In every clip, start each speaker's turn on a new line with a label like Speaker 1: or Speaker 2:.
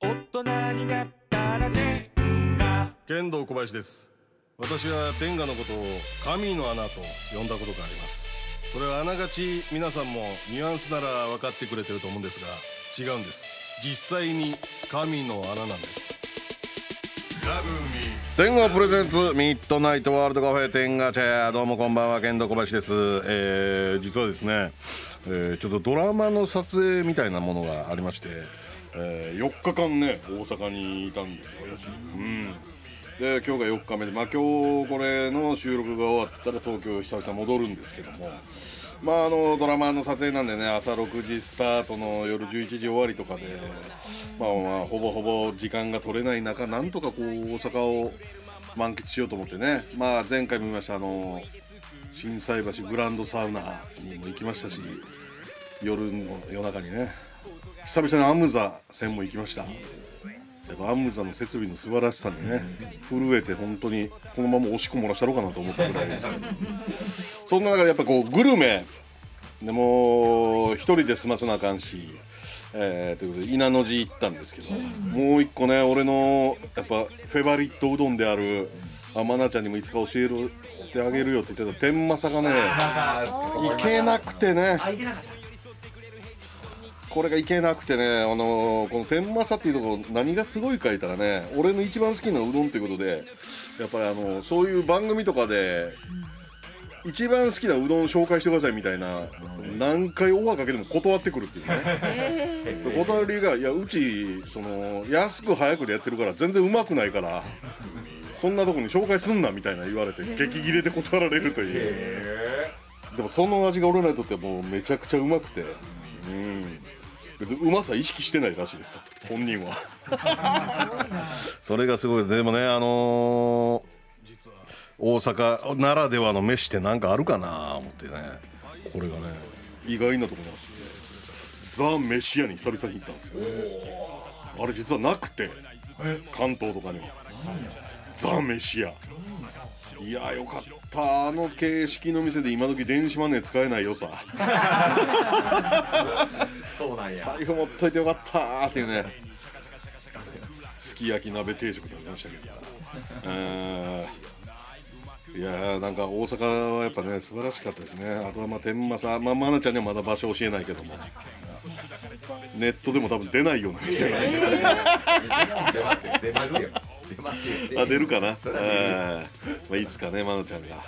Speaker 1: 人になったら天下
Speaker 2: 剣道小林です私は天下のことを神の穴と呼んだことがありますそれはあながち皆さんもニュアンスなら分かってくれてると思うんですが違うんです実際に神の穴なんです天下プレゼンツミッドナイトワールドカフェ天下チェアどうもこんばんは剣道小林です、えー、実はですね、えー、ちょっとドラマの撮影みたいなものがありまして、えー、4日間ね大阪にいたんですよ私うんで今日が4日目で、まあ、今日これの収録が終わったら東京久々戻るんですけども、まあ、あのドラマの撮影なんでね朝6時スタートの夜11時終わりとかで、まあ、まあほぼほぼ時間が取れない中なんとかこう大阪を満喫しようと思ってね、まあ、前回も見ましたあの心斎橋グランドサウナにも行きましたし夜の夜中にね久々にアムザ戦も行きました。やっぱアムザの設備の素晴らしさにね震えて本当にこのまま押し込もらしたろうかなと思ったぐら いそんな中でやっぱこうグルメでもう一人で済ませなあかんし、えーということで稲の寺行ったんですけどもう一個ね俺のやっぱフェバリットうどんである天菜ちゃんにもいつか教えるってあげるよって言ってた天正がね行けなくてね
Speaker 3: あ、いけなかった。
Speaker 2: これがいけなくてね、あのーこの天正っていうところ何がすごいか言ったらね俺の一番好きなうどんということでやっぱりあのそういう番組とかで一番好きなうどん紹介してくださいみたいな何回オファーかけても断ってくるっていうねで断る理由がいやうちその安く早くでやってるから全然うまくないからそんなとこに紹介すんなみたいな言われて激切れで断られるというでもその味が俺らにとってはもうめちゃくちゃうまくてうん別にうまさ意識してないらしい です本人はそれがすごいでもねあのー大阪ならではの飯ってなんかあるかな思ってねこれがね意外なところにあってザ・飯屋に久々に行ったんですよあれ実はなくて関東とかにはザ・飯屋いやよかったあの形式の店で今時電子マネー使えないよさ
Speaker 3: そうなんや。
Speaker 2: 財布持っといてよかったーっていうねすき焼き鍋定食食べましたけどえーいやーなんか大阪はやっぱね素晴らしかったですねあとはまあ天満さんまあ愛菜、ちゃんにはまだ場所教えないけどもネットでも多分出ないような店が
Speaker 3: 出ますよ。出ますよ。出ますよ。
Speaker 2: あ出るかな、
Speaker 3: れは出る
Speaker 2: えーまあ、いつかね愛菜ちゃんが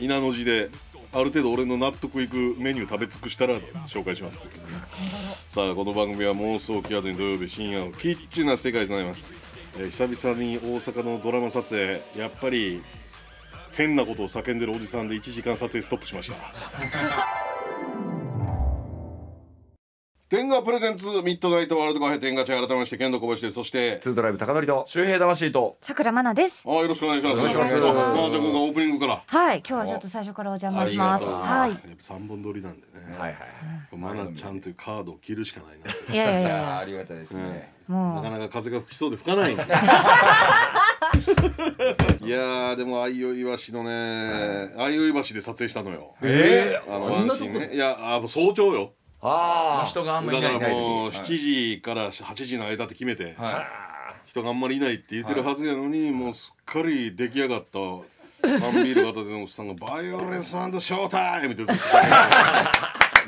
Speaker 2: 稲の字である程度俺の納得いくメニュー食べ尽くしたら紹介しますっていうねさあこの番組は妄想キアドに土曜日深夜のキッチュな世界となります、えー久々に大阪のドラマ撮影やっぱり変なことを叫んでるおじさんで1時間撮影ストップしました天下プレゼンツミッドナイトワールドカフェ天下茶改めまして剣道小林ですそして
Speaker 4: ツードライブ高典と
Speaker 5: 周平魂と
Speaker 6: さくらまなです。
Speaker 2: あよろしくお願いします。
Speaker 4: よろしくお願いし
Speaker 2: あ
Speaker 4: ます
Speaker 2: さあじゃあ僕はオープニングから。
Speaker 6: はい、今日はちょっと最初からお邪魔します。は
Speaker 2: はいい。や。っぱ三本撮りなんでね。
Speaker 4: はいはい
Speaker 2: マナちゃんというカードを切るしかないな。
Speaker 6: いやいやい
Speaker 5: い
Speaker 6: や い
Speaker 5: やーあ
Speaker 6: や、
Speaker 5: りがたいですね、
Speaker 2: な
Speaker 6: も
Speaker 2: かなか風が吹きそうで吹かないんで。いやーでもあいおい橋のね、あいおい橋で撮影したのよ。
Speaker 4: え
Speaker 2: あの安心ね。いやあもう早朝よ。
Speaker 4: ああ
Speaker 5: 人があん
Speaker 2: だ
Speaker 5: ま
Speaker 2: か
Speaker 5: りいない
Speaker 2: ら
Speaker 5: は
Speaker 2: もう
Speaker 5: い
Speaker 2: 7時から8時の間って決めて、
Speaker 5: は
Speaker 2: 人があんまりいないって言ってるはずやのに、もうすっかり出来上がった。缶ビール型でのおっさんが「バイオレンスショータイム!」って ずっと言って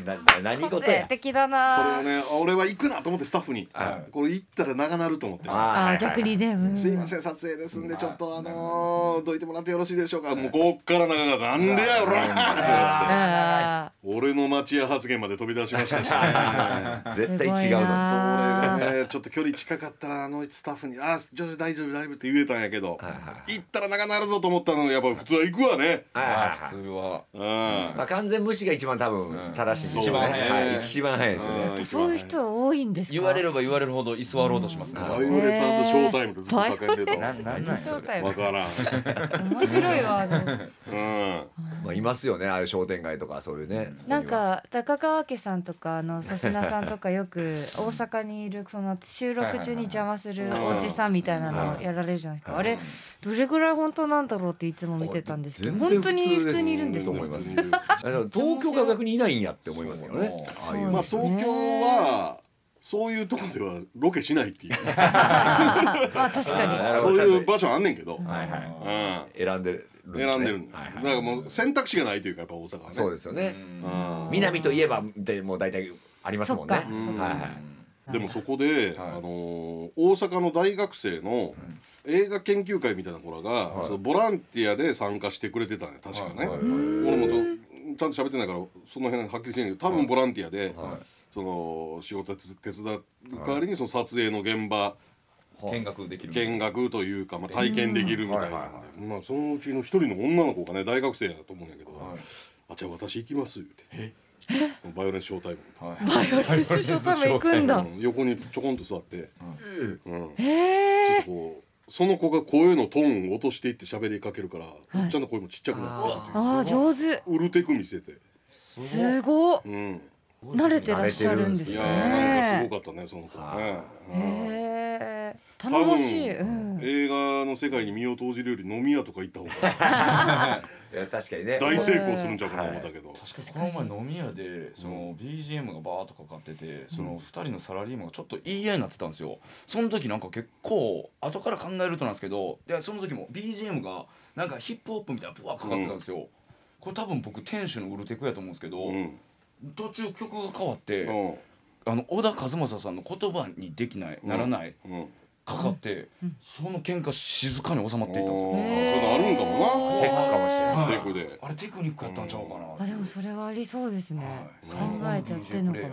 Speaker 4: なな
Speaker 6: う。
Speaker 4: 何
Speaker 6: 個
Speaker 4: 事
Speaker 6: 性
Speaker 4: や
Speaker 6: 的だ
Speaker 2: それを
Speaker 6: な。
Speaker 2: ね俺は行くなと思ってスタッフに、これ行ったら長なると思って。
Speaker 4: あ
Speaker 6: あ、逆にね、うん。
Speaker 2: すいません撮影ですんでちょっとあのー、どいてもらってよろしいでしょうかもうこっから長かったなんでやろってなって
Speaker 6: あ
Speaker 2: 俺の町屋発言まで飛び出しましたしね
Speaker 4: あ絶対違う
Speaker 6: すごい
Speaker 4: の
Speaker 6: な
Speaker 2: それがねちょっと距離近かったらあのスタッフに「あ女子大丈夫大丈夫」って言えたんやけど行ったら長なるぞと思ったのにやっぱ普通は行くわね
Speaker 4: はいはい
Speaker 5: あ
Speaker 4: は
Speaker 5: 普
Speaker 4: い
Speaker 5: 通は
Speaker 2: うん、あ
Speaker 4: まあ完全無視が一番多分正しいんでしょう
Speaker 2: そ
Speaker 4: ね
Speaker 2: うね
Speaker 4: はい一番早いですよね
Speaker 2: ー
Speaker 6: ーそういう人多いんですか。
Speaker 5: 言われれば言われるほど居座ろうとしますね
Speaker 2: バイオレンスショータイムってずっと叫んで
Speaker 4: な
Speaker 2: る
Speaker 4: なんなんや
Speaker 6: そうだ
Speaker 2: とわ
Speaker 6: よ。
Speaker 2: からん
Speaker 6: 面白いわ。でも
Speaker 2: うん
Speaker 4: まあいますよねああいう商店街とかそういうね
Speaker 6: なんか高川家さんとかあの粗品さんとかよく大阪にいるその収録中に邪魔するおじさんみたいなのやられるじゃないですか。あれどれぐらい本当なんだろうっていつも見てたんですけど、本当に普通にいるんです
Speaker 4: と
Speaker 6: ね
Speaker 4: 思い。ますだから東京が逆にいないんやって思いますよねああいう
Speaker 6: そう
Speaker 2: まあ
Speaker 6: ですね
Speaker 2: 東京はそういうとこではロケしないっていう
Speaker 6: まあ確かに
Speaker 4: なる
Speaker 2: そ
Speaker 4: ほ
Speaker 2: う
Speaker 4: ど
Speaker 2: いう場所あんねんけど、うん
Speaker 4: はいはい選んでるんですね
Speaker 2: 選んでるんだ,、
Speaker 4: はいはい
Speaker 2: だからもう選択肢がないというかやっぱ大阪はね
Speaker 4: そうですよね
Speaker 2: うん
Speaker 4: 南といえばでもう大体ありますもんね
Speaker 6: そっかうん
Speaker 4: はいはい
Speaker 2: でもそこで、あのー大阪の大学生の映画研究会みたいな子らが、そのボランティアで参加してくれてたね確かね、
Speaker 4: はいはいはい
Speaker 2: 俺もちょちゃんと喋ってないからその辺はっきりしてないけど多分ボランティアで、その仕事手伝う代わりにその撮影の現場
Speaker 5: 見
Speaker 3: 見
Speaker 5: 学
Speaker 3: 学できる
Speaker 2: 見学というか、まあ、体験できるみたいなんで、まあ、そのうちの一人の女の子がね大学生だと思うんやけど「あじゃあ私行きます」言うてそのバイオレンスショータイムの
Speaker 6: バイオレンスショータイム行くんだ
Speaker 2: うん横にちょこんと座って、うん
Speaker 6: へ
Speaker 2: ちょっと
Speaker 6: え
Speaker 2: こうその子が声のトーンを落としていって喋りかけるから、おっちゃんの声もちっちゃくなって
Speaker 6: ああ上手
Speaker 2: うるてく見せて、
Speaker 6: すごっ
Speaker 2: うん、
Speaker 6: 慣れてらっしゃるんです
Speaker 2: い
Speaker 6: ね
Speaker 2: やーなんかすごかったねその子ね、うん
Speaker 6: へえ
Speaker 2: 多
Speaker 6: 頼
Speaker 2: 分
Speaker 6: もしい、うん、
Speaker 2: 映画の世界に身を投じるより飲み屋とか行った方が
Speaker 4: いや確かにね
Speaker 2: 大成功するんちゃうかな思ったけど、
Speaker 5: 確かにこの前飲み屋でその BGM がバーッとかかっててその2人のサラリーマンがちょっと言い合いになってたんですよその時なんか結構後から考えるとなんですけどいやその時も BGM がなんかヒップホップみたいなブワーかかってたんですよこれ多分僕店主のウルテクやと思うんですけど
Speaker 2: うん
Speaker 5: 途中曲が変わって
Speaker 2: うん
Speaker 5: あの小田和正さんの言葉にできないならない
Speaker 2: うん
Speaker 5: かかってその喧嘩静かに収まっていったんですよ
Speaker 2: おーそういうのあるんかも
Speaker 4: テクかもしれない
Speaker 5: はい
Speaker 2: テクで
Speaker 5: あれテクニックやったんちゃうかな
Speaker 6: あでもそれはありそうですね、考えてやってんのかな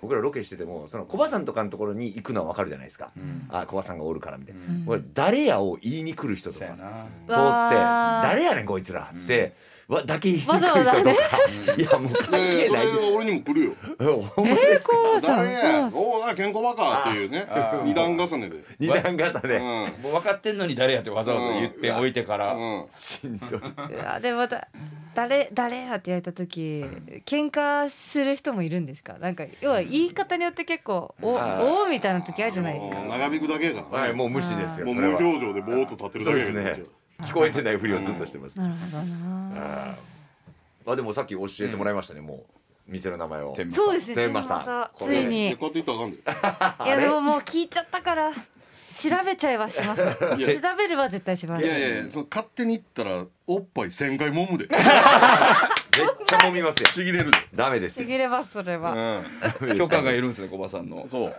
Speaker 4: 僕らロケしててもそのコバさんとかのところに行くのはわかるじゃないですか
Speaker 5: うん
Speaker 4: あコバさんがおるからみたいな
Speaker 6: うん
Speaker 4: 俺誰やを言いに来る人と
Speaker 5: そうや
Speaker 4: か
Speaker 5: な
Speaker 4: 通って
Speaker 6: わー
Speaker 4: 誰やねんこいつらってわだけ言いに来る
Speaker 6: わざわ
Speaker 4: 人
Speaker 6: ざ
Speaker 4: と
Speaker 6: ね
Speaker 4: か いやもう関
Speaker 2: いやいや
Speaker 4: 係
Speaker 2: そ
Speaker 4: ない
Speaker 2: れは俺にも来るよ
Speaker 4: うん
Speaker 6: えー、こうさん
Speaker 2: 誰
Speaker 6: そうな
Speaker 2: や
Speaker 6: んです
Speaker 2: おお健康バカっていうね
Speaker 5: あー
Speaker 2: 二段重ねで
Speaker 4: 二段重ね
Speaker 2: う
Speaker 5: もう分かってんのに誰やってわざわざ言っておいてから、
Speaker 2: んうん
Speaker 4: しんどいう
Speaker 6: わでまた誰誰やって言われた時喧嘩する人もいるんですかなんか要は言い方によって結構お
Speaker 4: あー
Speaker 6: おーみたいな時あるじゃないですか
Speaker 2: 長引くだけやから
Speaker 4: はい
Speaker 2: ね
Speaker 4: もう無視ですよ
Speaker 2: もう
Speaker 4: そ
Speaker 2: 無
Speaker 4: れは
Speaker 2: 表情でぼーっと立ってるだけやけど
Speaker 4: そうですね聞こえてないふりをずっとしてます
Speaker 6: なるほどな
Speaker 4: あでもさっき教えてもらいましたねもう店の名前を
Speaker 5: 天満さん
Speaker 6: そうですね
Speaker 4: 天馬さん
Speaker 6: 天馬つい
Speaker 2: いや
Speaker 6: に
Speaker 2: こうやって言ったらあかんで
Speaker 4: あ
Speaker 6: いや
Speaker 4: れ
Speaker 6: でももう聞いちゃったから調べちゃえばします調べれば絶対します
Speaker 2: いやいやいやその勝手に言ったらおっぱい1000回揉むで
Speaker 4: めっちゃ揉みますよ
Speaker 2: ちぎれるで、
Speaker 4: ダメです
Speaker 6: ち
Speaker 4: よ
Speaker 6: ぎれ ますそれは
Speaker 2: う
Speaker 5: 許可がいるんですね小バさんの
Speaker 2: ん、そう
Speaker 4: い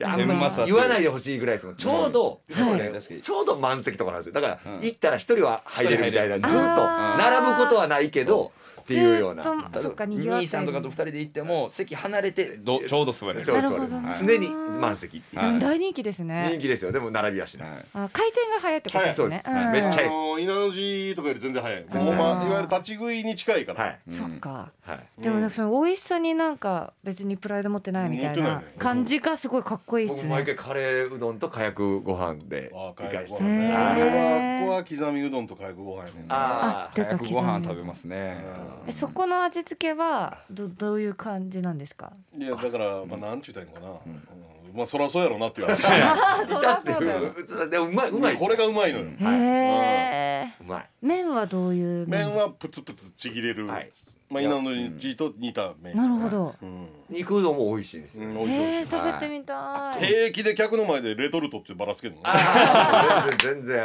Speaker 4: や
Speaker 6: 天満
Speaker 5: さん
Speaker 4: 言わないでほしいぐらいですもんちょうど、
Speaker 5: うん
Speaker 4: ちょうど
Speaker 5: は
Speaker 4: ね
Speaker 5: い確かに
Speaker 4: ちょうど満席とかなんですよだから、
Speaker 5: うん
Speaker 4: 行ったら一人は入れるみたいなず
Speaker 5: 一
Speaker 4: っ
Speaker 5: 人
Speaker 4: と
Speaker 6: 入れるあー
Speaker 4: 並ぶことはないけどっていうような
Speaker 6: ずっとそっかにぎわって
Speaker 5: 兄さんとかと二人で行っても席離れてどちょうど座れる
Speaker 4: そう
Speaker 6: なる
Speaker 4: そう
Speaker 6: ほどな
Speaker 4: 常に満席っていう、
Speaker 5: はい
Speaker 6: 大人気です
Speaker 4: 人
Speaker 6: ね
Speaker 4: 気ですよでも並びはしない、
Speaker 5: はい
Speaker 6: あ回転が早いってことです
Speaker 4: そう
Speaker 6: ね
Speaker 4: ですめっちゃいいっ
Speaker 2: あ
Speaker 4: す
Speaker 2: の稲の字とかより全然早い
Speaker 4: 然
Speaker 2: もう
Speaker 4: 早い
Speaker 2: まあいわゆる立ち食いに近いから、
Speaker 4: はい
Speaker 6: うんそっか
Speaker 4: はい
Speaker 6: でもなんかその美味しさになんか別にプライド持ってないみたい
Speaker 2: 持ってない
Speaker 6: な
Speaker 2: ね
Speaker 6: 感じがすごいかっこいいっ
Speaker 4: 僕
Speaker 6: す
Speaker 4: 毎
Speaker 6: ね。
Speaker 4: 回カレーうどんとかやくご飯で
Speaker 2: あ
Speaker 4: 行
Speaker 2: ー火
Speaker 4: かし
Speaker 2: 薬
Speaker 4: て
Speaker 2: ご飯ね
Speaker 6: はい
Speaker 2: 俺はここは刻みうどんと火薬ご飯やねんな
Speaker 4: あ
Speaker 6: あ出た刻み
Speaker 5: ご飯食べますね
Speaker 6: えそこの味付けはどどういう感じなんですか。
Speaker 2: いやだからまあなんちゅうたらいいのかな、うんまあそら そうやろうなっていう話
Speaker 6: あ
Speaker 4: ー
Speaker 6: そ
Speaker 4: い
Speaker 6: り
Speaker 4: た
Speaker 6: ゃ
Speaker 4: って
Speaker 6: そうだよ。
Speaker 4: うつでもうまいうまいっす
Speaker 2: これがうまいのよ、
Speaker 6: へ
Speaker 4: はい
Speaker 6: え。
Speaker 4: うまい
Speaker 6: 麺はどういう
Speaker 2: 麺
Speaker 6: 麺。
Speaker 2: はプツプツちぎれる、
Speaker 4: はい
Speaker 2: まあ稲の字と似た麺
Speaker 6: なるほど。
Speaker 2: うん
Speaker 4: 肉うどんも美味しいんですよ、
Speaker 2: うん
Speaker 4: ね
Speaker 2: 美味しい美味し
Speaker 6: へ
Speaker 2: い
Speaker 6: え食べてみたい。
Speaker 2: 平気で客の前でレトルトってばらすけどね
Speaker 4: あー全然全然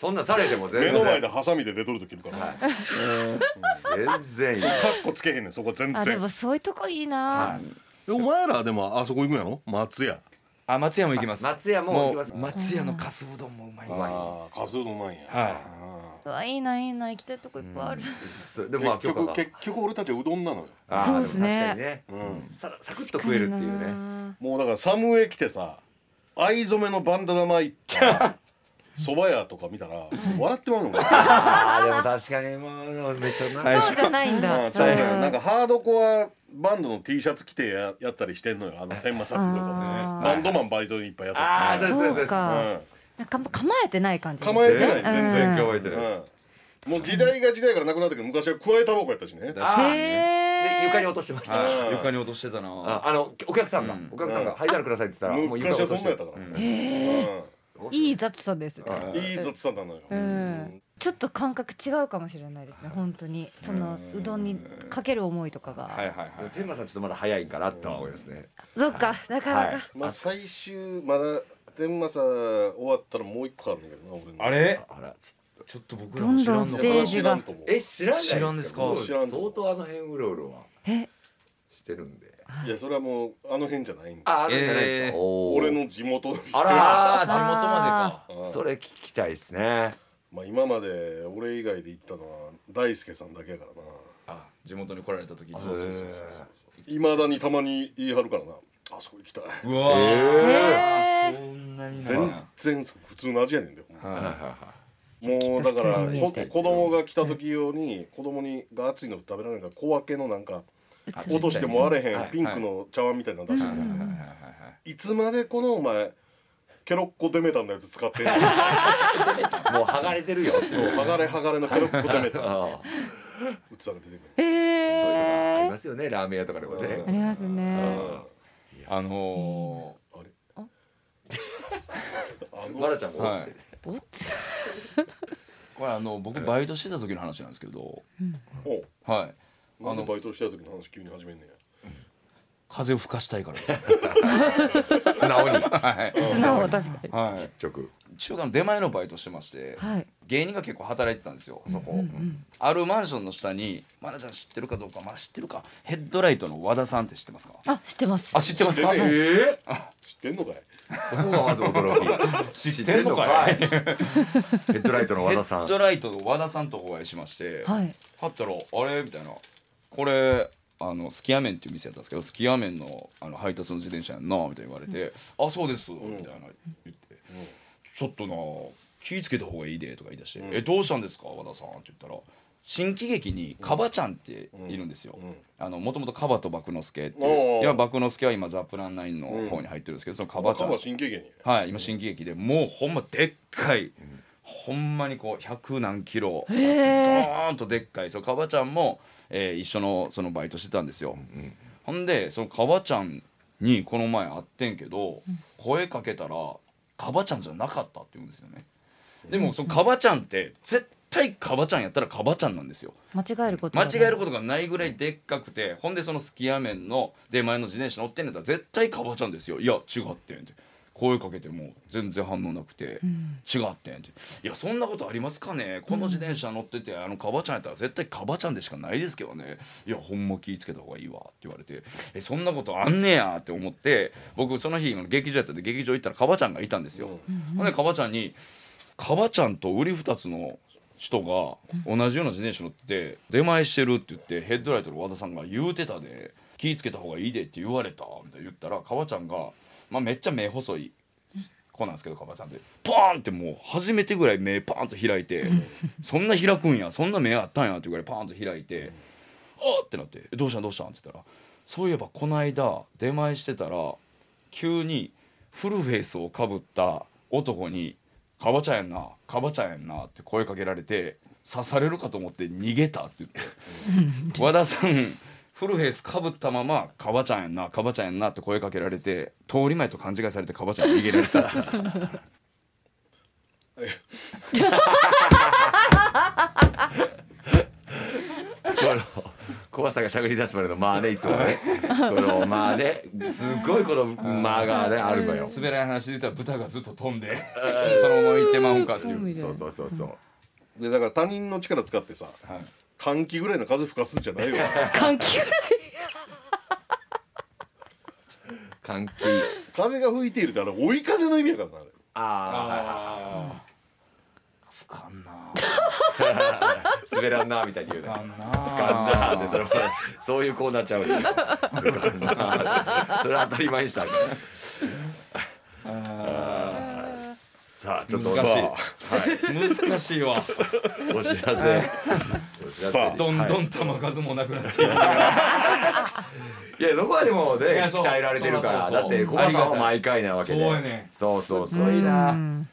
Speaker 4: そんなんされても全
Speaker 2: 目
Speaker 4: 然
Speaker 2: の前でハサミでレトルト切るから、
Speaker 4: はい
Speaker 2: カ
Speaker 4: 全然いい
Speaker 2: ッコつけへんねんそこ全
Speaker 6: あで
Speaker 2: 然
Speaker 6: もそういうとこいい
Speaker 4: は
Speaker 6: な。
Speaker 4: い
Speaker 2: お前らでもあそこ行くんやろ松屋
Speaker 5: あ松屋も行きます
Speaker 4: 松屋も行きます
Speaker 5: 松屋のかすうどんもうまいんですよ
Speaker 2: ああカツうどんなんや、
Speaker 5: はいう
Speaker 6: わいいないいな行きたいとこいっぱいある。
Speaker 4: そうでもまあ
Speaker 2: 結
Speaker 4: 許可
Speaker 2: 局
Speaker 4: が
Speaker 2: 結局俺たちはうどんなのよ、
Speaker 4: あー
Speaker 6: そうですね
Speaker 4: も確かにね
Speaker 2: うん、
Speaker 4: さサクッと食えるっていうね
Speaker 6: ね。
Speaker 2: もうだからサムエ来てさ藍染めのバンダナ巻いた蕎麦屋とか見たら笑ってまうの俺
Speaker 4: あーでも確かにもうめっちゃうまい
Speaker 6: そうじゃないんだ。
Speaker 2: あそうだよなんかハードコアバンドの T シャツ着てややったりしてんのよあの天満札とかね
Speaker 6: あー
Speaker 2: バンドマンバイトにいっぱいやった
Speaker 4: あ
Speaker 2: り
Speaker 4: ー
Speaker 2: ね
Speaker 4: そうです
Speaker 6: そうか。なんか構えてない感じですね。
Speaker 2: 構えてない
Speaker 4: 全然覚えて
Speaker 2: う
Speaker 4: ない
Speaker 2: んうんもう時代が時代からなくなったけど昔は加えタバコやったしね
Speaker 4: あー
Speaker 6: へ
Speaker 4: で
Speaker 6: え。
Speaker 4: 床に落としてました
Speaker 2: あー
Speaker 5: 床に落としてたな
Speaker 4: ああのお客さんが
Speaker 5: うん
Speaker 4: お客さんが「灰皿ください」って言ったらもう床
Speaker 2: 昔
Speaker 4: 落
Speaker 2: はそ
Speaker 4: と
Speaker 2: ん
Speaker 4: し
Speaker 2: なんや
Speaker 4: て
Speaker 2: ったからね
Speaker 6: へえ。
Speaker 2: うん
Speaker 4: お
Speaker 2: もしれない
Speaker 6: いい雑さですね
Speaker 4: あ
Speaker 2: いい雑さなのよ、
Speaker 6: うんちょっと感覚違うかもしれないですね本当にそのうどんにかける思いとか
Speaker 5: はい
Speaker 6: が
Speaker 5: はいはい
Speaker 4: 天馬さんちょっとまだ早いんかなとは思いますね。
Speaker 6: そっかなか
Speaker 4: は
Speaker 6: ないか。
Speaker 2: まあ最終まだ天満さ終わったらもう一個あるんだけどな俺の
Speaker 5: あれ
Speaker 4: あら、ち
Speaker 5: ちょっと僕ら
Speaker 6: ど
Speaker 5: も
Speaker 6: ん
Speaker 5: 知らんの
Speaker 6: どん
Speaker 5: か
Speaker 6: ス
Speaker 5: な
Speaker 6: テージ
Speaker 2: 知ら
Speaker 6: が
Speaker 2: んと思う
Speaker 4: え、知らない
Speaker 5: 知らんですか
Speaker 4: そう
Speaker 2: 知らんと思
Speaker 4: 相
Speaker 2: う
Speaker 4: 当あの辺うろうろは
Speaker 6: え
Speaker 4: してるんで。
Speaker 2: いやそれはもうあの辺じゃないんだ
Speaker 4: あ、あるんじゃないです
Speaker 5: えー
Speaker 4: か。おー
Speaker 2: 俺。の地元の人
Speaker 4: あ
Speaker 5: あ
Speaker 4: ら
Speaker 5: あ地元までか
Speaker 2: あー
Speaker 4: それ聞きたいですね。
Speaker 2: まあ今まで俺以外で行ったのは大輔さんだけやからな
Speaker 5: あ地元に来られた時
Speaker 2: そうそうそう
Speaker 5: へ
Speaker 2: そうそういまだにたまに言い張るからなあそこ行きたい
Speaker 5: ーうわー
Speaker 6: へー
Speaker 5: そんなにな
Speaker 2: 全然普通の味やねんで、
Speaker 5: はいはいは
Speaker 2: もうだから
Speaker 6: 普通に
Speaker 2: こ子供が来た時用に子供にが熱いの食べられないから小分けのなんか
Speaker 6: 映
Speaker 2: 落としてもあれへ
Speaker 4: は
Speaker 2: ん
Speaker 4: い
Speaker 2: ピンクの茶碗みたいなの出して
Speaker 5: い
Speaker 2: く
Speaker 5: はい
Speaker 2: る
Speaker 5: はいはい
Speaker 2: いつまでこのお前ケロッコデメタンのやつ使ってんの
Speaker 4: もう剥がれてる よ。そう
Speaker 2: 剥がれ剥がれのケロッコデメタン
Speaker 4: あ
Speaker 2: うつさが出てくる
Speaker 6: え
Speaker 4: ーそういうとこあり
Speaker 6: え
Speaker 4: ますよね、ラーメン屋とかでもね
Speaker 6: あ。りますね
Speaker 5: あの
Speaker 2: あれ
Speaker 6: あ
Speaker 2: あの
Speaker 4: まらちゃん
Speaker 5: ー
Speaker 4: も。
Speaker 5: はい
Speaker 6: おっつ
Speaker 5: これあの僕バイトしてた時の話なんですけど
Speaker 2: おう
Speaker 5: はい
Speaker 2: なんでバイトしてた時の話急に始めんねんや
Speaker 5: 風を吹かしたいからです
Speaker 4: 素直に。
Speaker 5: はい
Speaker 6: 素直確かに
Speaker 5: は
Speaker 4: 直。
Speaker 5: い中華の出前のバイトしてまして
Speaker 6: はい
Speaker 5: 芸人が結構働いてたんですよそこ、あるマンションの下にまなちゃん知ってるかどうかまあ知ってるかヘッドライトの和田さんって知ってますか
Speaker 6: あ知ってます
Speaker 5: あ知ってますか
Speaker 2: 知ってる
Speaker 5: はい
Speaker 2: 知ってんのかい
Speaker 4: そこがまず驚き。 知ってんのかい。ヘ ッドライトの和
Speaker 5: ヘ
Speaker 4: 田さん
Speaker 5: ッ。ドライトの和田さんとお会いしまして
Speaker 6: はい
Speaker 5: はったらあれみたいなこれあのすき家麺っていう店やったんですけどすき家麺のあの配達の自転車やんなみたいな言われて「あそうです」みたいな言って「ちょっとな気ぃつけた方がいいで」とか言い出して「えどうしたんですか和田さん」って言ったら新喜劇にカバちゃんっているんですよ。あのもともとカバと幕之助って
Speaker 2: おうお
Speaker 5: いう
Speaker 2: う
Speaker 5: いや幕之助は今ザ・プラン9の方に入ってるんですけどそのカバちゃ
Speaker 2: 赤
Speaker 5: ん
Speaker 2: は神経芸人
Speaker 5: はい、今新喜劇でもうほんまでっかい、ほんまにこう100何キロ、
Speaker 6: へえ
Speaker 5: ドーンとでっかいそうかばちゃんも、えー一緒のそのバイトしてたんですよ、ほんでそのかばちゃんにこの前会ってんけど、声かけたらかばちゃんじゃなかったって言うんですよねでもそのかばちゃんって絶対かばちゃんやったらかばちゃんなんですよ
Speaker 6: 間違えること
Speaker 5: 間
Speaker 6: が
Speaker 5: 違
Speaker 6: ない
Speaker 5: えることがないぐらいでっかくてほんでそのすき家麺の出前の自転車乗ってんねんやったら絶対かばちゃんですよいや違ってんって声かけても全然反応なくて、違ってんっていやそんなことありますかねこの自転車乗っててあのかばちゃんやったら絶対かばちゃんでしかないですけどねいやほんま気ぃつけた方がいいわって言われてえそんなことあんねやって思って僕その日劇場やったんで劇場行ったらかばちゃんがいたんですよ、ほんでかばちゃんにかばちゃんと売り二つの人が同じような自転車乗って出前してるって言ってヘッドライトの和田さんが言うてたで気ぃつけた方がいいでって言われたみたいな言ったらかばちゃんが、まあ、めっちゃ目細い子なんですけどかばちゃんでポーンってもう初めてぐらい目パーンと開いてそんな開くんやそんな目あったんやっていうぐらいパーンと開いてあっってなって「えどうしたんどうしたん?」って言ったらそういえばこの間出前してたら急にフルフェイスをかぶった男に「かばちゃんやんなかばちゃんやんな」って声かけられて刺されるかと思って逃げたって言って和田さんフルフェイスかぶったまま「かばちゃんやんなかばちゃんやんな」って声かけられて通り前と勘違いされてかばちゃんに逃げられたって話です
Speaker 4: この怖さがしゃべり出すまでの間でいつもねこの間ですごいこの間がねあるのよそ
Speaker 5: 滑らない話で言ったら豚がずっと飛んでそのまま行ってまうんかっていう
Speaker 6: みたいな
Speaker 4: うそうそうそう
Speaker 2: でだから他人の力使ってさ
Speaker 5: はい
Speaker 2: 換気ぐらいの風吹かすんじゃないよ
Speaker 6: 換気ぐらい
Speaker 4: 換気
Speaker 2: 風が吹いているってあれ追い風の意味やからなあれ
Speaker 4: あ
Speaker 5: 不可んな
Speaker 4: あ滑らんなみたいに言う
Speaker 5: 不可
Speaker 4: ね
Speaker 5: んな
Speaker 4: でそれはそういうコーナーちゃうねそれは当たり前にしたねあーさあちょっと
Speaker 5: 難しい
Speaker 4: さ
Speaker 5: 難しいわ
Speaker 4: あお知らせお知らせ
Speaker 2: さあ
Speaker 5: どんどん玉数もなくなって
Speaker 4: いやそこはでもね
Speaker 5: いやそう
Speaker 4: 鍛えられてるから
Speaker 5: そうそう
Speaker 4: だ
Speaker 5: そう
Speaker 4: ってコバさんは毎回なわけ
Speaker 5: そ
Speaker 4: で
Speaker 5: うやね
Speaker 4: そうそうそう
Speaker 5: ごいな
Speaker 6: うん
Speaker 4: ね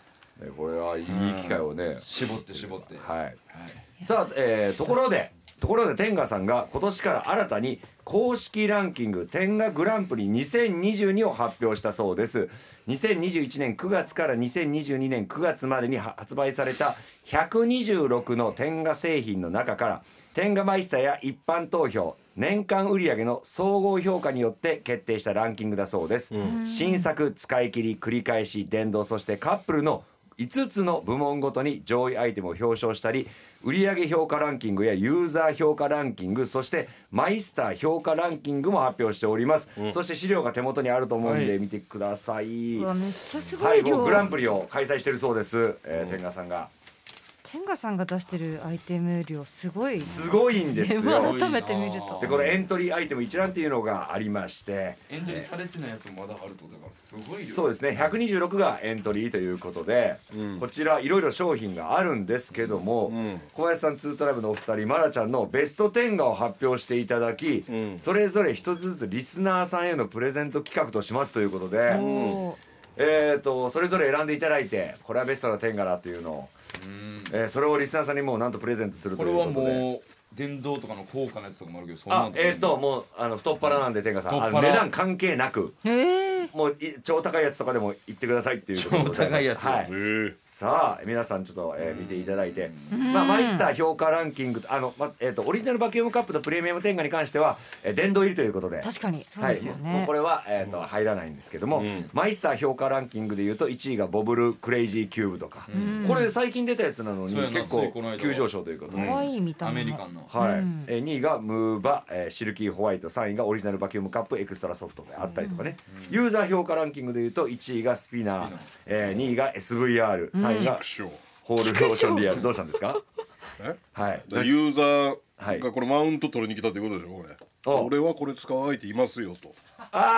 Speaker 4: これはいい機会をね、
Speaker 5: 絞って絞って
Speaker 4: はい、さあ、えーところでところで天賀さんが今年から新たに公式ランキング天下グランプリ2022を発表したそうです2021年9月から2022年9月までに発売された126の天下製品の中から天下マイスターや一般投票年間売上の総合評価によって決定したランキングだそうです、新作使い切り繰り返し殿堂そしてカップルの5つの部門ごとに上位アイテムを表彰したり売上評価ランキングやユーザー評価ランキングそしてマイスター評価ランキングも発表しております、そして資料が手元にあると思うんで見てください、
Speaker 6: うわ
Speaker 4: はい
Speaker 6: めっちゃすごい量、
Speaker 4: もうグランプリを開催してるそうです、えー天賀さんが
Speaker 6: 天賀さんが出してるアイテム量すごい
Speaker 4: すごいんですよ、
Speaker 5: い
Speaker 6: 改めて見ると
Speaker 4: でこれエントリーアイテム一覧っていうのがありまして
Speaker 5: エントリーされてないやつもまだあるってことだからすごい量
Speaker 4: そうですね126がエントリーということで、こちらいろいろ商品があるんですけども、
Speaker 2: ん
Speaker 4: 小林さん2トライブのお二人マラちゃんのベスト10がを発表していただき、
Speaker 2: うん
Speaker 4: それぞれ一つずつリスナーさんへのプレゼント企画としますということで、
Speaker 6: おー
Speaker 4: えー、とそれぞれ選んでいただいてこれはベストな点がだっていうのを、
Speaker 5: うん
Speaker 4: えーそれをリスナーさんにもうなんとプレゼントすると
Speaker 5: こ
Speaker 4: い
Speaker 5: れ
Speaker 4: う
Speaker 5: は
Speaker 4: ことで。
Speaker 5: もう電動とかの高価なやつとかもあるけどそんな
Speaker 4: あ
Speaker 5: の
Speaker 4: えっ、ともうあの太っ腹なんで天下さんあ
Speaker 5: 太
Speaker 4: の
Speaker 5: っ腹
Speaker 4: 値段関係なく
Speaker 6: えー、
Speaker 4: もうい超高いやつとかでも言ってくださいっていうことでご
Speaker 5: 超
Speaker 4: ざます
Speaker 5: 高いやつ
Speaker 4: は
Speaker 2: え
Speaker 4: い、
Speaker 2: ー
Speaker 4: さあ皆さんちょっと、えー見ていただいて、まあ、マイスター評価ランキングとあの、まえー、とオリジナルバキュームカップとプレミアム天下に関しては、えー殿堂入りということで。
Speaker 6: 確かにそうですよ
Speaker 4: はい、もうもう
Speaker 6: ね、
Speaker 4: これは、えー、と入らないんですけども、
Speaker 2: うん
Speaker 4: マイスター評価ランキングでいうと1位がボブルクレイジーキューブとか、
Speaker 6: ん
Speaker 4: これ最近出たやつなのに
Speaker 5: そうやな
Speaker 4: 結
Speaker 5: つ
Speaker 4: 構
Speaker 5: いこの間
Speaker 4: 急上昇ということで、
Speaker 6: 可愛い見た目
Speaker 5: アメリ
Speaker 6: も
Speaker 5: カンの
Speaker 4: はい
Speaker 6: うん
Speaker 4: えー、2位がムーバ、えーシルキーホワイト3位がオリジナルバキュームカップエクストラソフトがあったりとかね、ユーザー評価ランキングでいうと1位がスピナー
Speaker 5: スピナー
Speaker 4: えー、2位が SVR3 位が
Speaker 2: 畜生
Speaker 4: ホールローションリアルどうしたんですか
Speaker 2: え
Speaker 4: はい
Speaker 2: だからユーザ
Speaker 4: はい
Speaker 2: ーがこれマウント取りに来たってことでしょこれ
Speaker 4: お
Speaker 2: 俺はこれ使う相手いますよと